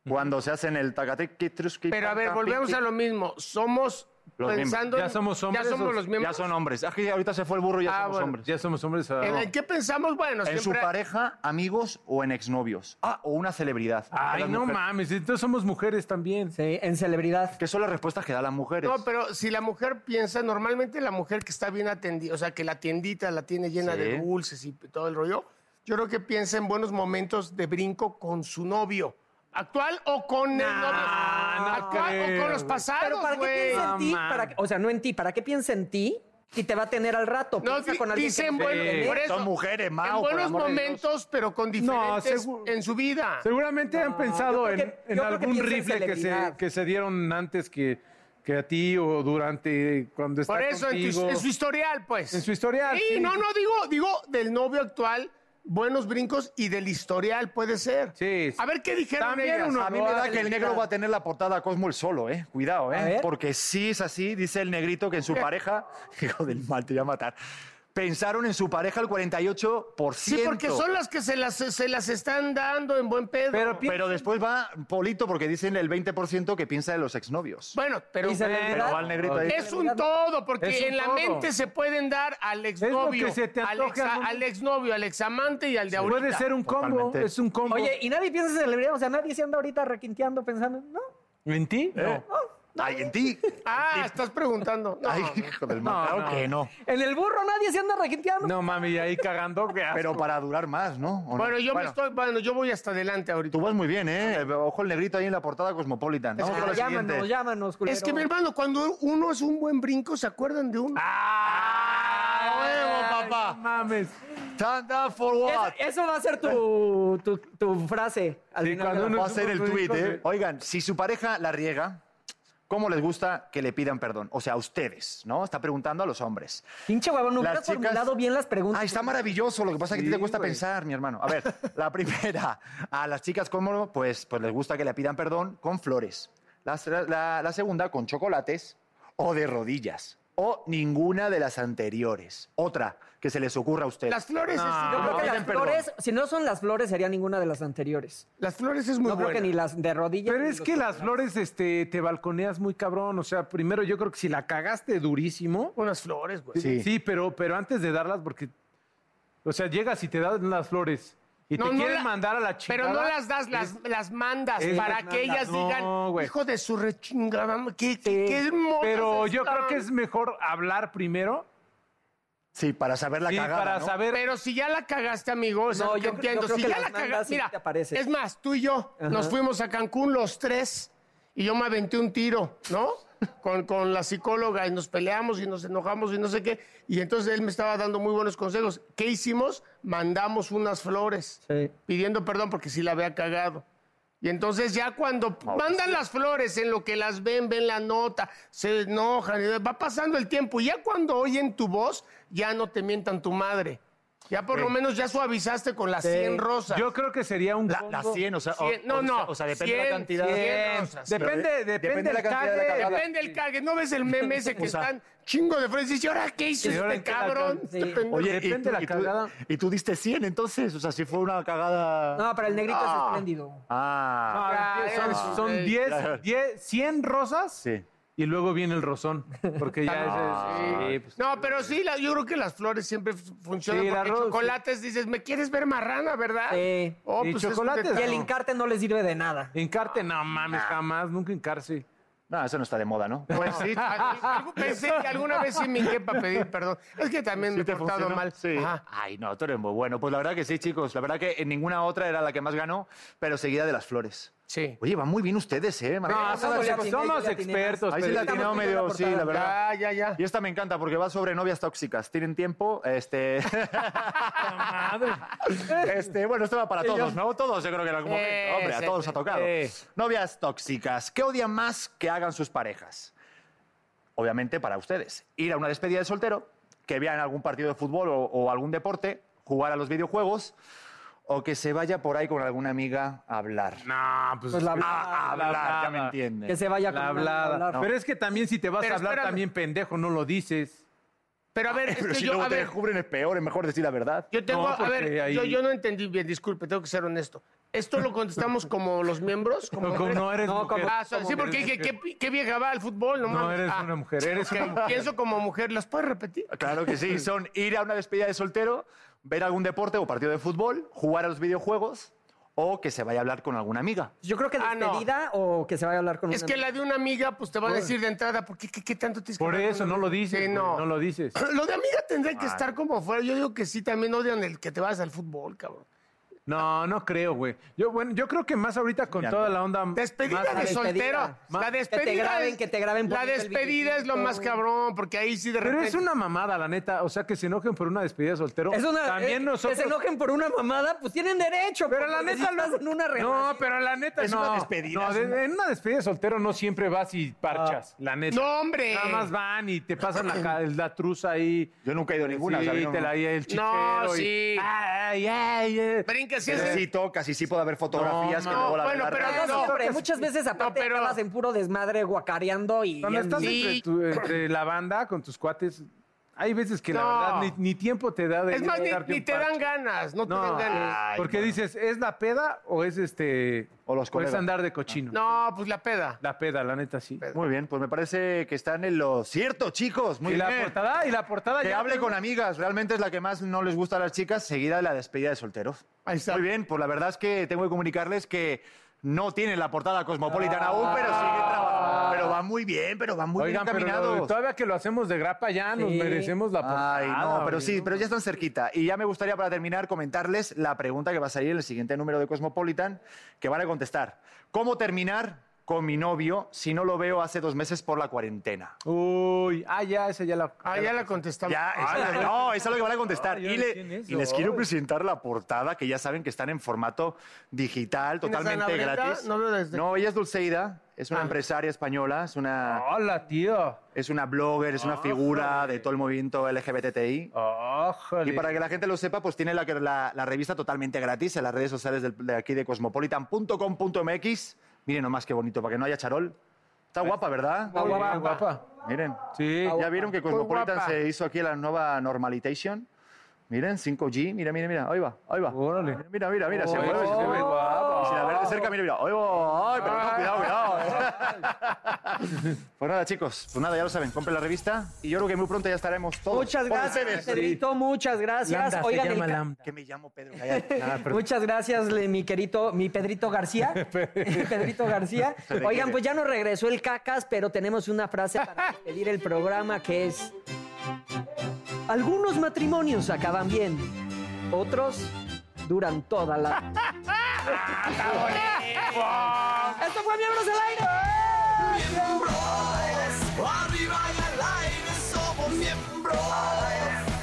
Speaker 9: cuando se hacen el tacatequi, trusqui,
Speaker 2: Pero a
Speaker 9: taca,
Speaker 2: ver,
Speaker 9: piqui?
Speaker 2: volvemos a lo mismo. Somos
Speaker 9: Los miembros.
Speaker 2: pensando.
Speaker 4: Ya somos hombres,
Speaker 2: Ya somos
Speaker 4: esos-
Speaker 2: los miembros.
Speaker 9: Ya son hombres. Ah, que ahorita se fue el burro y ya
Speaker 2: Ah,
Speaker 9: somos
Speaker 2: bueno.
Speaker 9: hombres.
Speaker 4: Ya somos hombres. ah,
Speaker 2: ¿En, en qué pensamos? Bueno,
Speaker 9: En su
Speaker 2: siempre.
Speaker 9: pareja, amigos o en exnovios. Ah, o una celebridad.
Speaker 4: Ay,
Speaker 9: Las
Speaker 4: no
Speaker 9: mujeres.
Speaker 4: mames. Entonces somos mujeres también.
Speaker 3: Sí, en celebridad.
Speaker 9: Que son las respuestas que dan las mujeres.
Speaker 2: No, pero si la mujer piensa, normalmente la mujer que está bien atendida, o sea, que la tiendita la tiene llena de
Speaker 9: Sí.
Speaker 2: dulces y todo el rollo, yo creo que piensa en buenos momentos de brinco con su novio. ¿Actual o con el novio?
Speaker 4: no
Speaker 3: Ah.
Speaker 2: ¿Actual o
Speaker 4: creo,
Speaker 2: con los
Speaker 4: güey.
Speaker 3: Pero
Speaker 2: pasados,
Speaker 3: ¿para qué
Speaker 2: güey?
Speaker 3: piensa en ti?
Speaker 4: No,
Speaker 3: Para-
Speaker 4: man.
Speaker 3: o sea, no en ti. ¿Para qué piensa en ti? Y te va a tener al rato.
Speaker 2: No,
Speaker 3: Piensa
Speaker 2: di-
Speaker 3: con alguien que
Speaker 2: dicen,
Speaker 3: no te
Speaker 2: bueno,
Speaker 3: conviene.
Speaker 2: por eso.
Speaker 9: Son mujeres, Mau,
Speaker 2: En
Speaker 9: por
Speaker 2: buenos
Speaker 9: amor de Dios.
Speaker 2: momentos, pero con diferentes
Speaker 4: seguro-
Speaker 2: en su vida.
Speaker 4: Seguramente han
Speaker 3: No,
Speaker 4: pensado
Speaker 3: yo creo
Speaker 4: en,
Speaker 3: que-
Speaker 4: en
Speaker 3: yo creo que
Speaker 4: algún
Speaker 3: piensa en
Speaker 4: rifle que se,
Speaker 3: celebridad.
Speaker 4: que se dieron antes que, que a ti o durante cuando está
Speaker 2: Por eso, en, tu-
Speaker 4: contigo.
Speaker 2: en su historial, pues.
Speaker 4: En su historial,
Speaker 2: Sí,
Speaker 4: sí.
Speaker 2: no, no, digo, digo del novio actual, buenos brincos y del historial, puede ser.
Speaker 4: Sí, sí.
Speaker 2: A ver qué dijeron
Speaker 4: También
Speaker 2: ellas.
Speaker 4: uno-
Speaker 9: A mí me da que el
Speaker 4: Ay,
Speaker 9: negro
Speaker 4: mira.
Speaker 9: va a tener la portada Cosmo el solo, ¿eh? Cuidado,
Speaker 3: A
Speaker 9: ¿eh?
Speaker 3: ver.
Speaker 9: Porque sí es así, dice el negrito que en su pareja, hijo del mal, te voy a matar. Pensaron en su pareja el 48%.
Speaker 2: Sí, porque son las que se las, se las están dando en buen pedo.
Speaker 4: Pero pi-
Speaker 9: Pero después va Polito porque dicen el 20% que piensa de los exnovios.
Speaker 2: bueno, pero
Speaker 3: Y se le
Speaker 9: Pero va el negrito ahí.
Speaker 2: es un todo, porque
Speaker 4: Es un
Speaker 2: en la
Speaker 4: todo.
Speaker 2: mente se pueden dar al exnovio,
Speaker 4: que se te
Speaker 2: al,
Speaker 4: antoja,
Speaker 2: exa-
Speaker 4: ¿no?
Speaker 2: al exnovio, al examante y al de ahorita.
Speaker 4: puede ser un combo.
Speaker 9: Totalmente.
Speaker 4: Es un combo.
Speaker 3: Oye, y nadie piensa en celebridad. O sea, nadie se anda ahorita requinteando pensando, no.
Speaker 4: ¿en ti?
Speaker 9: ¿Eh?
Speaker 3: Ah,
Speaker 9: Ay, en ti.
Speaker 2: Ah, estás preguntando. No,
Speaker 9: Ay, hijo del mal. Claro que no.
Speaker 3: En el burro nadie se anda requinteando.
Speaker 4: No, no mami, y ahí cagando. qué asco.
Speaker 9: Pero para durar más, ¿no? ¿O no?
Speaker 2: Bueno, yo me estoy, bueno, yo voy hasta adelante ahorita.
Speaker 9: Tú vas muy bien, ¿eh? Ojo el negrito ahí en la portada Cosmopolitan. Vamos con la
Speaker 3: llámanos,
Speaker 9: siguiente.
Speaker 3: llámanos, culero.
Speaker 2: Es que mi hermano, cuando uno es un buen brinco, se acuerdan de uno.
Speaker 9: ¡Ah, huevo,
Speaker 4: No
Speaker 9: papá!
Speaker 4: mames.
Speaker 9: Stand up for what?
Speaker 3: Eso, eso va a ser tu, tu, tu frase. Al final
Speaker 4: cuando
Speaker 3: de la-
Speaker 4: uno-
Speaker 9: Va a ser el
Speaker 4: Entonces,
Speaker 9: tweet, ¿eh?
Speaker 4: entonces-
Speaker 9: Oigan, si su pareja la riega, ¿cómo les gusta que le pidan perdón? O sea, a ustedes, ¿no? Está preguntando a los hombres.
Speaker 3: Pinche huevón, nunca
Speaker 9: Las
Speaker 3: has
Speaker 9: chicas-
Speaker 3: formulado bien las preguntas.
Speaker 9: Ah, está maravilloso. Lo que pasa es que a ti te
Speaker 4: Sí,
Speaker 9: cuesta
Speaker 4: güey.
Speaker 9: pensar, mi hermano. A ver, la primera. A las chicas, ¿cómo? Pues, pues les gusta que le pidan perdón con flores. La, la- la segunda, con chocolates o de rodillas. O ninguna de las anteriores. Otra que se les ocurra a ustedes.
Speaker 2: Las flores, es,
Speaker 3: Yo creo que
Speaker 9: piden
Speaker 3: las
Speaker 9: perdón.
Speaker 3: flores, si no son las flores, sería ninguna de las anteriores.
Speaker 2: las flores es muy
Speaker 3: no
Speaker 2: buena.
Speaker 3: creo que ni las de rodillas.
Speaker 4: Pero
Speaker 3: ni
Speaker 4: es
Speaker 3: los
Speaker 4: que las
Speaker 3: chocolates.
Speaker 4: flores este, te balconeas muy cabrón. O sea, primero yo creo que si la cagaste durísimo.
Speaker 2: Unas flores, güey.
Speaker 9: Sí.
Speaker 4: Sí, pero, pero antes de darlas, porque. O sea, llegas y te dan las flores. Y
Speaker 2: No,
Speaker 4: te
Speaker 2: no
Speaker 4: quieren
Speaker 2: la-
Speaker 4: mandar a la chica.
Speaker 2: Ah, Pero no las das, las, las mandas
Speaker 4: es-
Speaker 2: para
Speaker 4: las
Speaker 2: que
Speaker 4: mandas.
Speaker 2: ellas
Speaker 4: No,
Speaker 2: digan,
Speaker 4: güey.
Speaker 2: hijo de su rechingada, ma- qué, qué, qué hermosas
Speaker 4: Pero yo
Speaker 2: están".
Speaker 4: creo que es mejor hablar primero.
Speaker 9: Sí, para saber la
Speaker 4: sí,
Speaker 9: cagada,
Speaker 4: para
Speaker 9: ¿no?
Speaker 4: saber.
Speaker 2: Pero si ya la cagaste, amigo, o sea,
Speaker 3: No,
Speaker 2: lo que
Speaker 3: yo cre-
Speaker 2: entiendo.
Speaker 3: yo creo
Speaker 2: si
Speaker 3: que
Speaker 2: ya
Speaker 3: las
Speaker 2: la
Speaker 3: mandas
Speaker 2: cagaste,
Speaker 3: sí
Speaker 2: mira,
Speaker 3: te aparecen.
Speaker 2: es más, tú y yo nos fuimos a Cancún los tres y yo me aventé un tiro, ¿no? Con, con la psicóloga y nos peleamos y nos enojamos y no sé qué. Y entonces él me estaba dando muy buenos consejos. ¿Qué hicimos? Mandamos unas flores
Speaker 3: Sí.
Speaker 2: pidiendo perdón porque sí la había cagado. Y entonces ya cuando
Speaker 3: pues
Speaker 2: mandan las flores, en lo que las ven, ven la nota, se enojan, y va pasando el tiempo. Y ya cuando oyen tu voz, ya no te mientan tu madre. Ya por lo menos ya suavizaste con las 100 rosas.
Speaker 4: Yo creo que sería un.
Speaker 9: La,
Speaker 4: combo.
Speaker 9: las 100, o sea, o-
Speaker 2: Cien- no,
Speaker 9: o,
Speaker 2: no,
Speaker 9: o sea, depende de la
Speaker 2: cien,
Speaker 9: cantidad.
Speaker 2: cien
Speaker 4: Bien.
Speaker 2: rosas.
Speaker 4: Depende,
Speaker 9: Pero, eh,
Speaker 4: depende,
Speaker 9: depende de la
Speaker 4: del
Speaker 9: cantidad de la
Speaker 4: cague.
Speaker 9: cagada.
Speaker 2: Depende el cague. ¿No ves el meme ese que
Speaker 9: O sea-
Speaker 2: están chingo de frente? Y dice, ahora qué hizo
Speaker 4: Sí, ahora
Speaker 2: este
Speaker 4: qué la
Speaker 2: cabrón?
Speaker 4: can-
Speaker 2: Este
Speaker 3: sí.
Speaker 2: pendejo.
Speaker 9: Oye,
Speaker 4: Depende
Speaker 9: y
Speaker 4: de
Speaker 9: tú,
Speaker 4: la
Speaker 9: y tú-
Speaker 4: cagada.
Speaker 9: y tú diste 100, entonces, o sea, si fue una cagada...
Speaker 3: No, pero el negrito es espléndido.
Speaker 9: Ah,
Speaker 4: Ah,
Speaker 2: Ya,
Speaker 4: son-
Speaker 2: eso,
Speaker 4: son
Speaker 2: güey.
Speaker 4: 10, 10, 100 rosas.
Speaker 9: sí.
Speaker 4: Y luego viene el rozón. Porque ya ese
Speaker 9: Ah,
Speaker 4: es. sí, pues,
Speaker 2: No, pero sí, la- yo creo que las flores siempre f- funcionan.
Speaker 4: Sí, la
Speaker 2: porque
Speaker 4: ro-
Speaker 2: chocolates dices, ¿me quieres ver marrana, verdad?
Speaker 3: Sí.
Speaker 2: Oh,
Speaker 4: Y
Speaker 2: pues es un
Speaker 4: chocolates,
Speaker 3: Y
Speaker 2: detalle. Ah.
Speaker 3: el
Speaker 4: no.
Speaker 3: encarte no le sirve de nada.
Speaker 4: Encarte, no mames, jamás, nunca encarce.
Speaker 9: No, eso no está de moda, ¿no?
Speaker 2: Pues sí, al- algo- pensé que alguna vez sí me hinqué para pedir perdón. Es que también me he portado
Speaker 9: funcionó?
Speaker 2: mal.
Speaker 9: Sí.
Speaker 2: Ajá.
Speaker 9: Ay, no, tú eres muy bueno. Pues la verdad que sí, chicos. La verdad que en ninguna otra era la que más ganó, pero seguida de las flores.
Speaker 2: Sí.
Speaker 9: Oye, van muy bien ustedes, ¿eh?
Speaker 4: No,
Speaker 3: no, no,
Speaker 4: somos,
Speaker 3: ya tiene,
Speaker 4: somos
Speaker 3: ya tiene más.
Speaker 4: expertos.
Speaker 9: Ahí sí
Speaker 4: pero-
Speaker 9: la atinado
Speaker 3: Estamos viendo
Speaker 9: medio,
Speaker 3: la
Speaker 9: sí, la
Speaker 3: portada.
Speaker 9: verdad.
Speaker 2: Ya, ya, ya.
Speaker 9: Y esta me encanta porque va sobre novias tóxicas. Tienen tiempo, este... este bueno, esto va para todos, ¿no? Todos, yo creo que en algún momento.
Speaker 2: Sí,
Speaker 9: Hombre, a
Speaker 2: sí,
Speaker 9: todos
Speaker 2: sí.
Speaker 9: ha tocado.
Speaker 4: Sí.
Speaker 9: Novias tóxicas. ¿Qué odian más que hagan sus parejas? Obviamente para ustedes. Ir a una despedida de soltero, que vean algún partido de fútbol o, o algún deporte, jugar a los videojuegos O que se vaya por ahí con alguna amiga a hablar.
Speaker 4: No, pues,
Speaker 9: Pues la
Speaker 4: Ah,
Speaker 9: hablada, la hablada.
Speaker 3: Que se vaya
Speaker 4: la
Speaker 3: con una
Speaker 4: hablada.
Speaker 3: hablar.
Speaker 4: Pero es que también si te vas
Speaker 2: Pero
Speaker 4: a hablar
Speaker 2: espérame.
Speaker 4: también pendejo, no lo dices. Ah,
Speaker 2: Pero a ver, es
Speaker 9: Pero
Speaker 2: que
Speaker 9: si
Speaker 2: yo,
Speaker 9: luego
Speaker 2: a
Speaker 9: te
Speaker 2: ver,
Speaker 9: descubren es peor, es mejor decir la verdad.
Speaker 2: yo tengo,
Speaker 4: No,
Speaker 2: a ver,
Speaker 4: porque ahí-
Speaker 2: yo, yo no entendí bien, disculpe, tengo que ser honesto. ¿Esto lo contestamos como los miembros? Como
Speaker 4: No, como no eres mujer.
Speaker 2: Ah, so- sí, porque dije, ¿qué, pi- qué vieja va al fútbol? No,
Speaker 4: eh. No
Speaker 2: mames.
Speaker 4: eres
Speaker 2: Ah,
Speaker 4: una mujer, eres
Speaker 2: ok,
Speaker 4: una mujer.
Speaker 2: Pienso como mujer, ¿las puedes repetir?
Speaker 9: Claro que sí, son ir a una despedida de soltero, ver algún deporte o partido de fútbol, jugar a los videojuegos o que se vaya a hablar con alguna amiga.
Speaker 3: Yo creo que
Speaker 2: Ah, no.
Speaker 3: despedida o que se vaya a hablar con
Speaker 2: Es
Speaker 3: una
Speaker 2: que la de una amiga, pues te va a decir de entrada, ¿por qué, qué, qué tanto tienes que
Speaker 4: Por
Speaker 2: hablar con
Speaker 4: eso
Speaker 2: una
Speaker 4: no lo
Speaker 2: amiga?
Speaker 4: dices.
Speaker 2: Sí,
Speaker 4: güey,
Speaker 2: no.
Speaker 4: no lo dices.
Speaker 2: Lo de amiga tendría
Speaker 4: Ah,
Speaker 2: que estar como fuera. Yo digo que sí, también odian el que te vas al fútbol, cabrón.
Speaker 4: No, no creo, güey. Yo, bueno, yo creo que más ahorita con toda la onda.
Speaker 2: Despedida
Speaker 4: más-
Speaker 2: de
Speaker 3: despedida.
Speaker 2: soltero.
Speaker 3: Ma-
Speaker 2: La
Speaker 3: que te
Speaker 2: despedida.
Speaker 3: graben,
Speaker 2: es-
Speaker 3: que te graben
Speaker 2: La
Speaker 3: poniendo el
Speaker 2: despedida es lo
Speaker 3: billetito,
Speaker 2: más
Speaker 3: güey.
Speaker 2: cabrón, porque ahí sí de
Speaker 4: Pero
Speaker 2: repente.
Speaker 4: es una mamada, la neta. O sea, que se enojen por una despedida de soltero.
Speaker 3: Es una,
Speaker 4: También
Speaker 3: eh,
Speaker 4: nosotros.
Speaker 3: Que se enojen por una mamada, pues tienen derecho.
Speaker 4: Pero la
Speaker 3: porque
Speaker 4: neta
Speaker 3: si estás en una
Speaker 4: No,
Speaker 3: relación.
Speaker 4: pero la neta
Speaker 2: Es
Speaker 4: no.
Speaker 2: una despedida,
Speaker 4: No,
Speaker 2: es
Speaker 4: de-
Speaker 2: una- Ah.
Speaker 4: en una despedida de soltero no siempre vas y parchas, la neta.
Speaker 2: No, hombre.
Speaker 4: Nada más van y te pasan la, ca- la truza ahí. Este,
Speaker 9: Yo nunca he ido a ninguna.
Speaker 4: Sí,
Speaker 9: o sea, a mí no-
Speaker 4: te la el chichero.
Speaker 2: No,
Speaker 4: y-
Speaker 2: sí.
Speaker 4: Ay, ay, eh. ay.
Speaker 2: Brinca, sí,
Speaker 9: Ah, Pero
Speaker 2: es-
Speaker 9: sí tocas y sí puede haber fotografías que
Speaker 4: No,
Speaker 9: luego la
Speaker 2: bueno,
Speaker 9: verdad-
Speaker 2: pero-
Speaker 3: No,
Speaker 2: no.
Speaker 3: siempre. Muchas veces aparte
Speaker 2: No, pero-
Speaker 3: acabas en puro desmadre guacareando y...
Speaker 4: Cuando estás
Speaker 2: Sí.
Speaker 4: entre, tu- entre la banda con tus cuates, hay veces que la
Speaker 2: No.
Speaker 4: verdad ni, ni tiempo te da de
Speaker 2: Es más, ni,
Speaker 4: darte
Speaker 2: ni
Speaker 4: un
Speaker 2: te dan
Speaker 4: parche.
Speaker 2: ganas, no,
Speaker 4: No,
Speaker 2: te dan ganas.
Speaker 4: porque dices, ¿es la peda o es este.
Speaker 9: O los
Speaker 4: es
Speaker 9: colegas.
Speaker 4: andar de cochino?
Speaker 2: No, pues la peda.
Speaker 4: La peda, la neta, sí.
Speaker 9: Muy bien, pues me parece que están en lo cierto, chicos. Muy
Speaker 4: y la
Speaker 9: bien.
Speaker 4: portada, y la portada
Speaker 9: Que
Speaker 4: ya
Speaker 9: hable
Speaker 4: tengo-
Speaker 9: con amigas, realmente es la que más no les gusta a las chicas, seguida de la despedida de solteros.
Speaker 2: Ahí está.
Speaker 9: Muy bien, pues la verdad es que tengo que comunicarles que no tienen la portada Cosmopolitan aún, pero sigue trabajando. Pero va muy bien, pero va muy
Speaker 4: Oigan,
Speaker 9: bien
Speaker 4: pero
Speaker 9: caminados.
Speaker 4: todavía que lo hacemos de grapa ya nos
Speaker 3: Sí.
Speaker 4: merecemos la portada.
Speaker 9: Ay, no, pero
Speaker 4: güey.
Speaker 9: sí, pero ya están cerquita. Y ya me gustaría para terminar comentarles la pregunta que va a salir en el siguiente número de Cosmopolitan, que van a contestar. ¿Cómo terminar con mi novio si no lo veo hace dos meses por la cuarentena?
Speaker 4: Uy, ah, ya, esa ya la. Ah,
Speaker 2: Ah, ya la contestamos.
Speaker 9: Ya, esa- no, eso es lo que van a contestar.
Speaker 4: Ay,
Speaker 9: y,
Speaker 4: ay,
Speaker 9: le-
Speaker 4: ¿quién es?
Speaker 9: y les quiero
Speaker 4: Ay.
Speaker 9: presentar la portada, que ya saben que están en formato digital,
Speaker 2: ¿Quién es Ana
Speaker 9: totalmente
Speaker 2: Brenda?
Speaker 9: gratis.
Speaker 2: No veo desde- Ah.
Speaker 9: No, ella es Dulceida, es una empresaria española, es una,
Speaker 4: Hola, tío.
Speaker 9: es una blogger, es una figura de todo el movimiento LGBTI.
Speaker 4: Ójale.
Speaker 9: Y para que la gente lo sepa, pues tiene la, la- la revista totalmente gratis en las redes sociales del- de aquí de cosmopolitan.com.mx. Miren nomás qué bonito, para que no haya charol. Está guapa, ¿verdad?
Speaker 3: Está guapa.
Speaker 4: guapa.
Speaker 9: Miren.
Speaker 4: Sí.
Speaker 9: ¿Ya vieron que Cosmopolitan
Speaker 2: guapa.
Speaker 9: se hizo aquí la nueva normalization? Miren, 5G. Mira, mira, mira. Ahí va, ahí va.
Speaker 4: Órale.
Speaker 9: Mira, mira, mira. se
Speaker 4: Ay,
Speaker 9: mueve, se
Speaker 4: sí,
Speaker 9: mueve.
Speaker 4: guapa.
Speaker 9: Y Si la ves de cerca, mira, mira. Ahí va. Ay, pero
Speaker 4: Ah.
Speaker 9: no, cuidado, cuidado. pues nada, chicos. Pues nada, ya lo saben. Compren la revista. Y yo creo que muy pronto ya estaremos todos.
Speaker 3: Muchas
Speaker 9: por
Speaker 3: gracias,
Speaker 9: ustedes.
Speaker 3: Pedrito, muchas gracias.
Speaker 4: Lambda, se
Speaker 3: Oigan, el
Speaker 4: llama
Speaker 3: ca-
Speaker 4: Lambda.
Speaker 9: Que me llamo Pedro. Cállate. Nada, perdón.
Speaker 3: Muchas gracias, le- mi querido, mi Pedrito García. Pedrito García.
Speaker 9: requiere.
Speaker 3: Oigan, pues ya nos regresó el cacas, pero tenemos una frase para pedir el programa que es. Algunos matrimonios acaban bien, otros duran toda la. ¡Esto fue Miembros del Aire!
Speaker 10: Arriba y al aire somos miembros,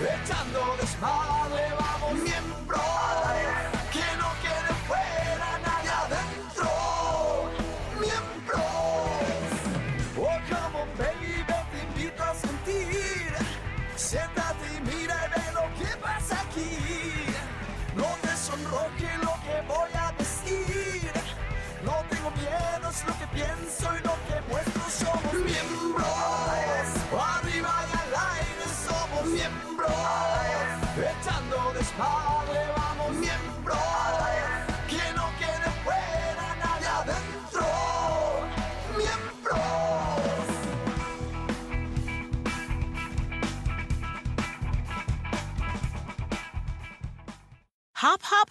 Speaker 10: echando desmadre vamos miembros, que no quede fuera nadie adentro, miembros. Oh, come on baby, te invito a sentir, siéntate y mira y ve lo que pasa aquí, no te sonroje lo que voy a decir, no tengo miedo, es lo que pienso y lo que muestro somos miembros. Arriba y al aire somos miembros. Echando desmadre vamos miembros. Que no quede fuera nadie adentro. Miembros.
Speaker 6: Hop, hop,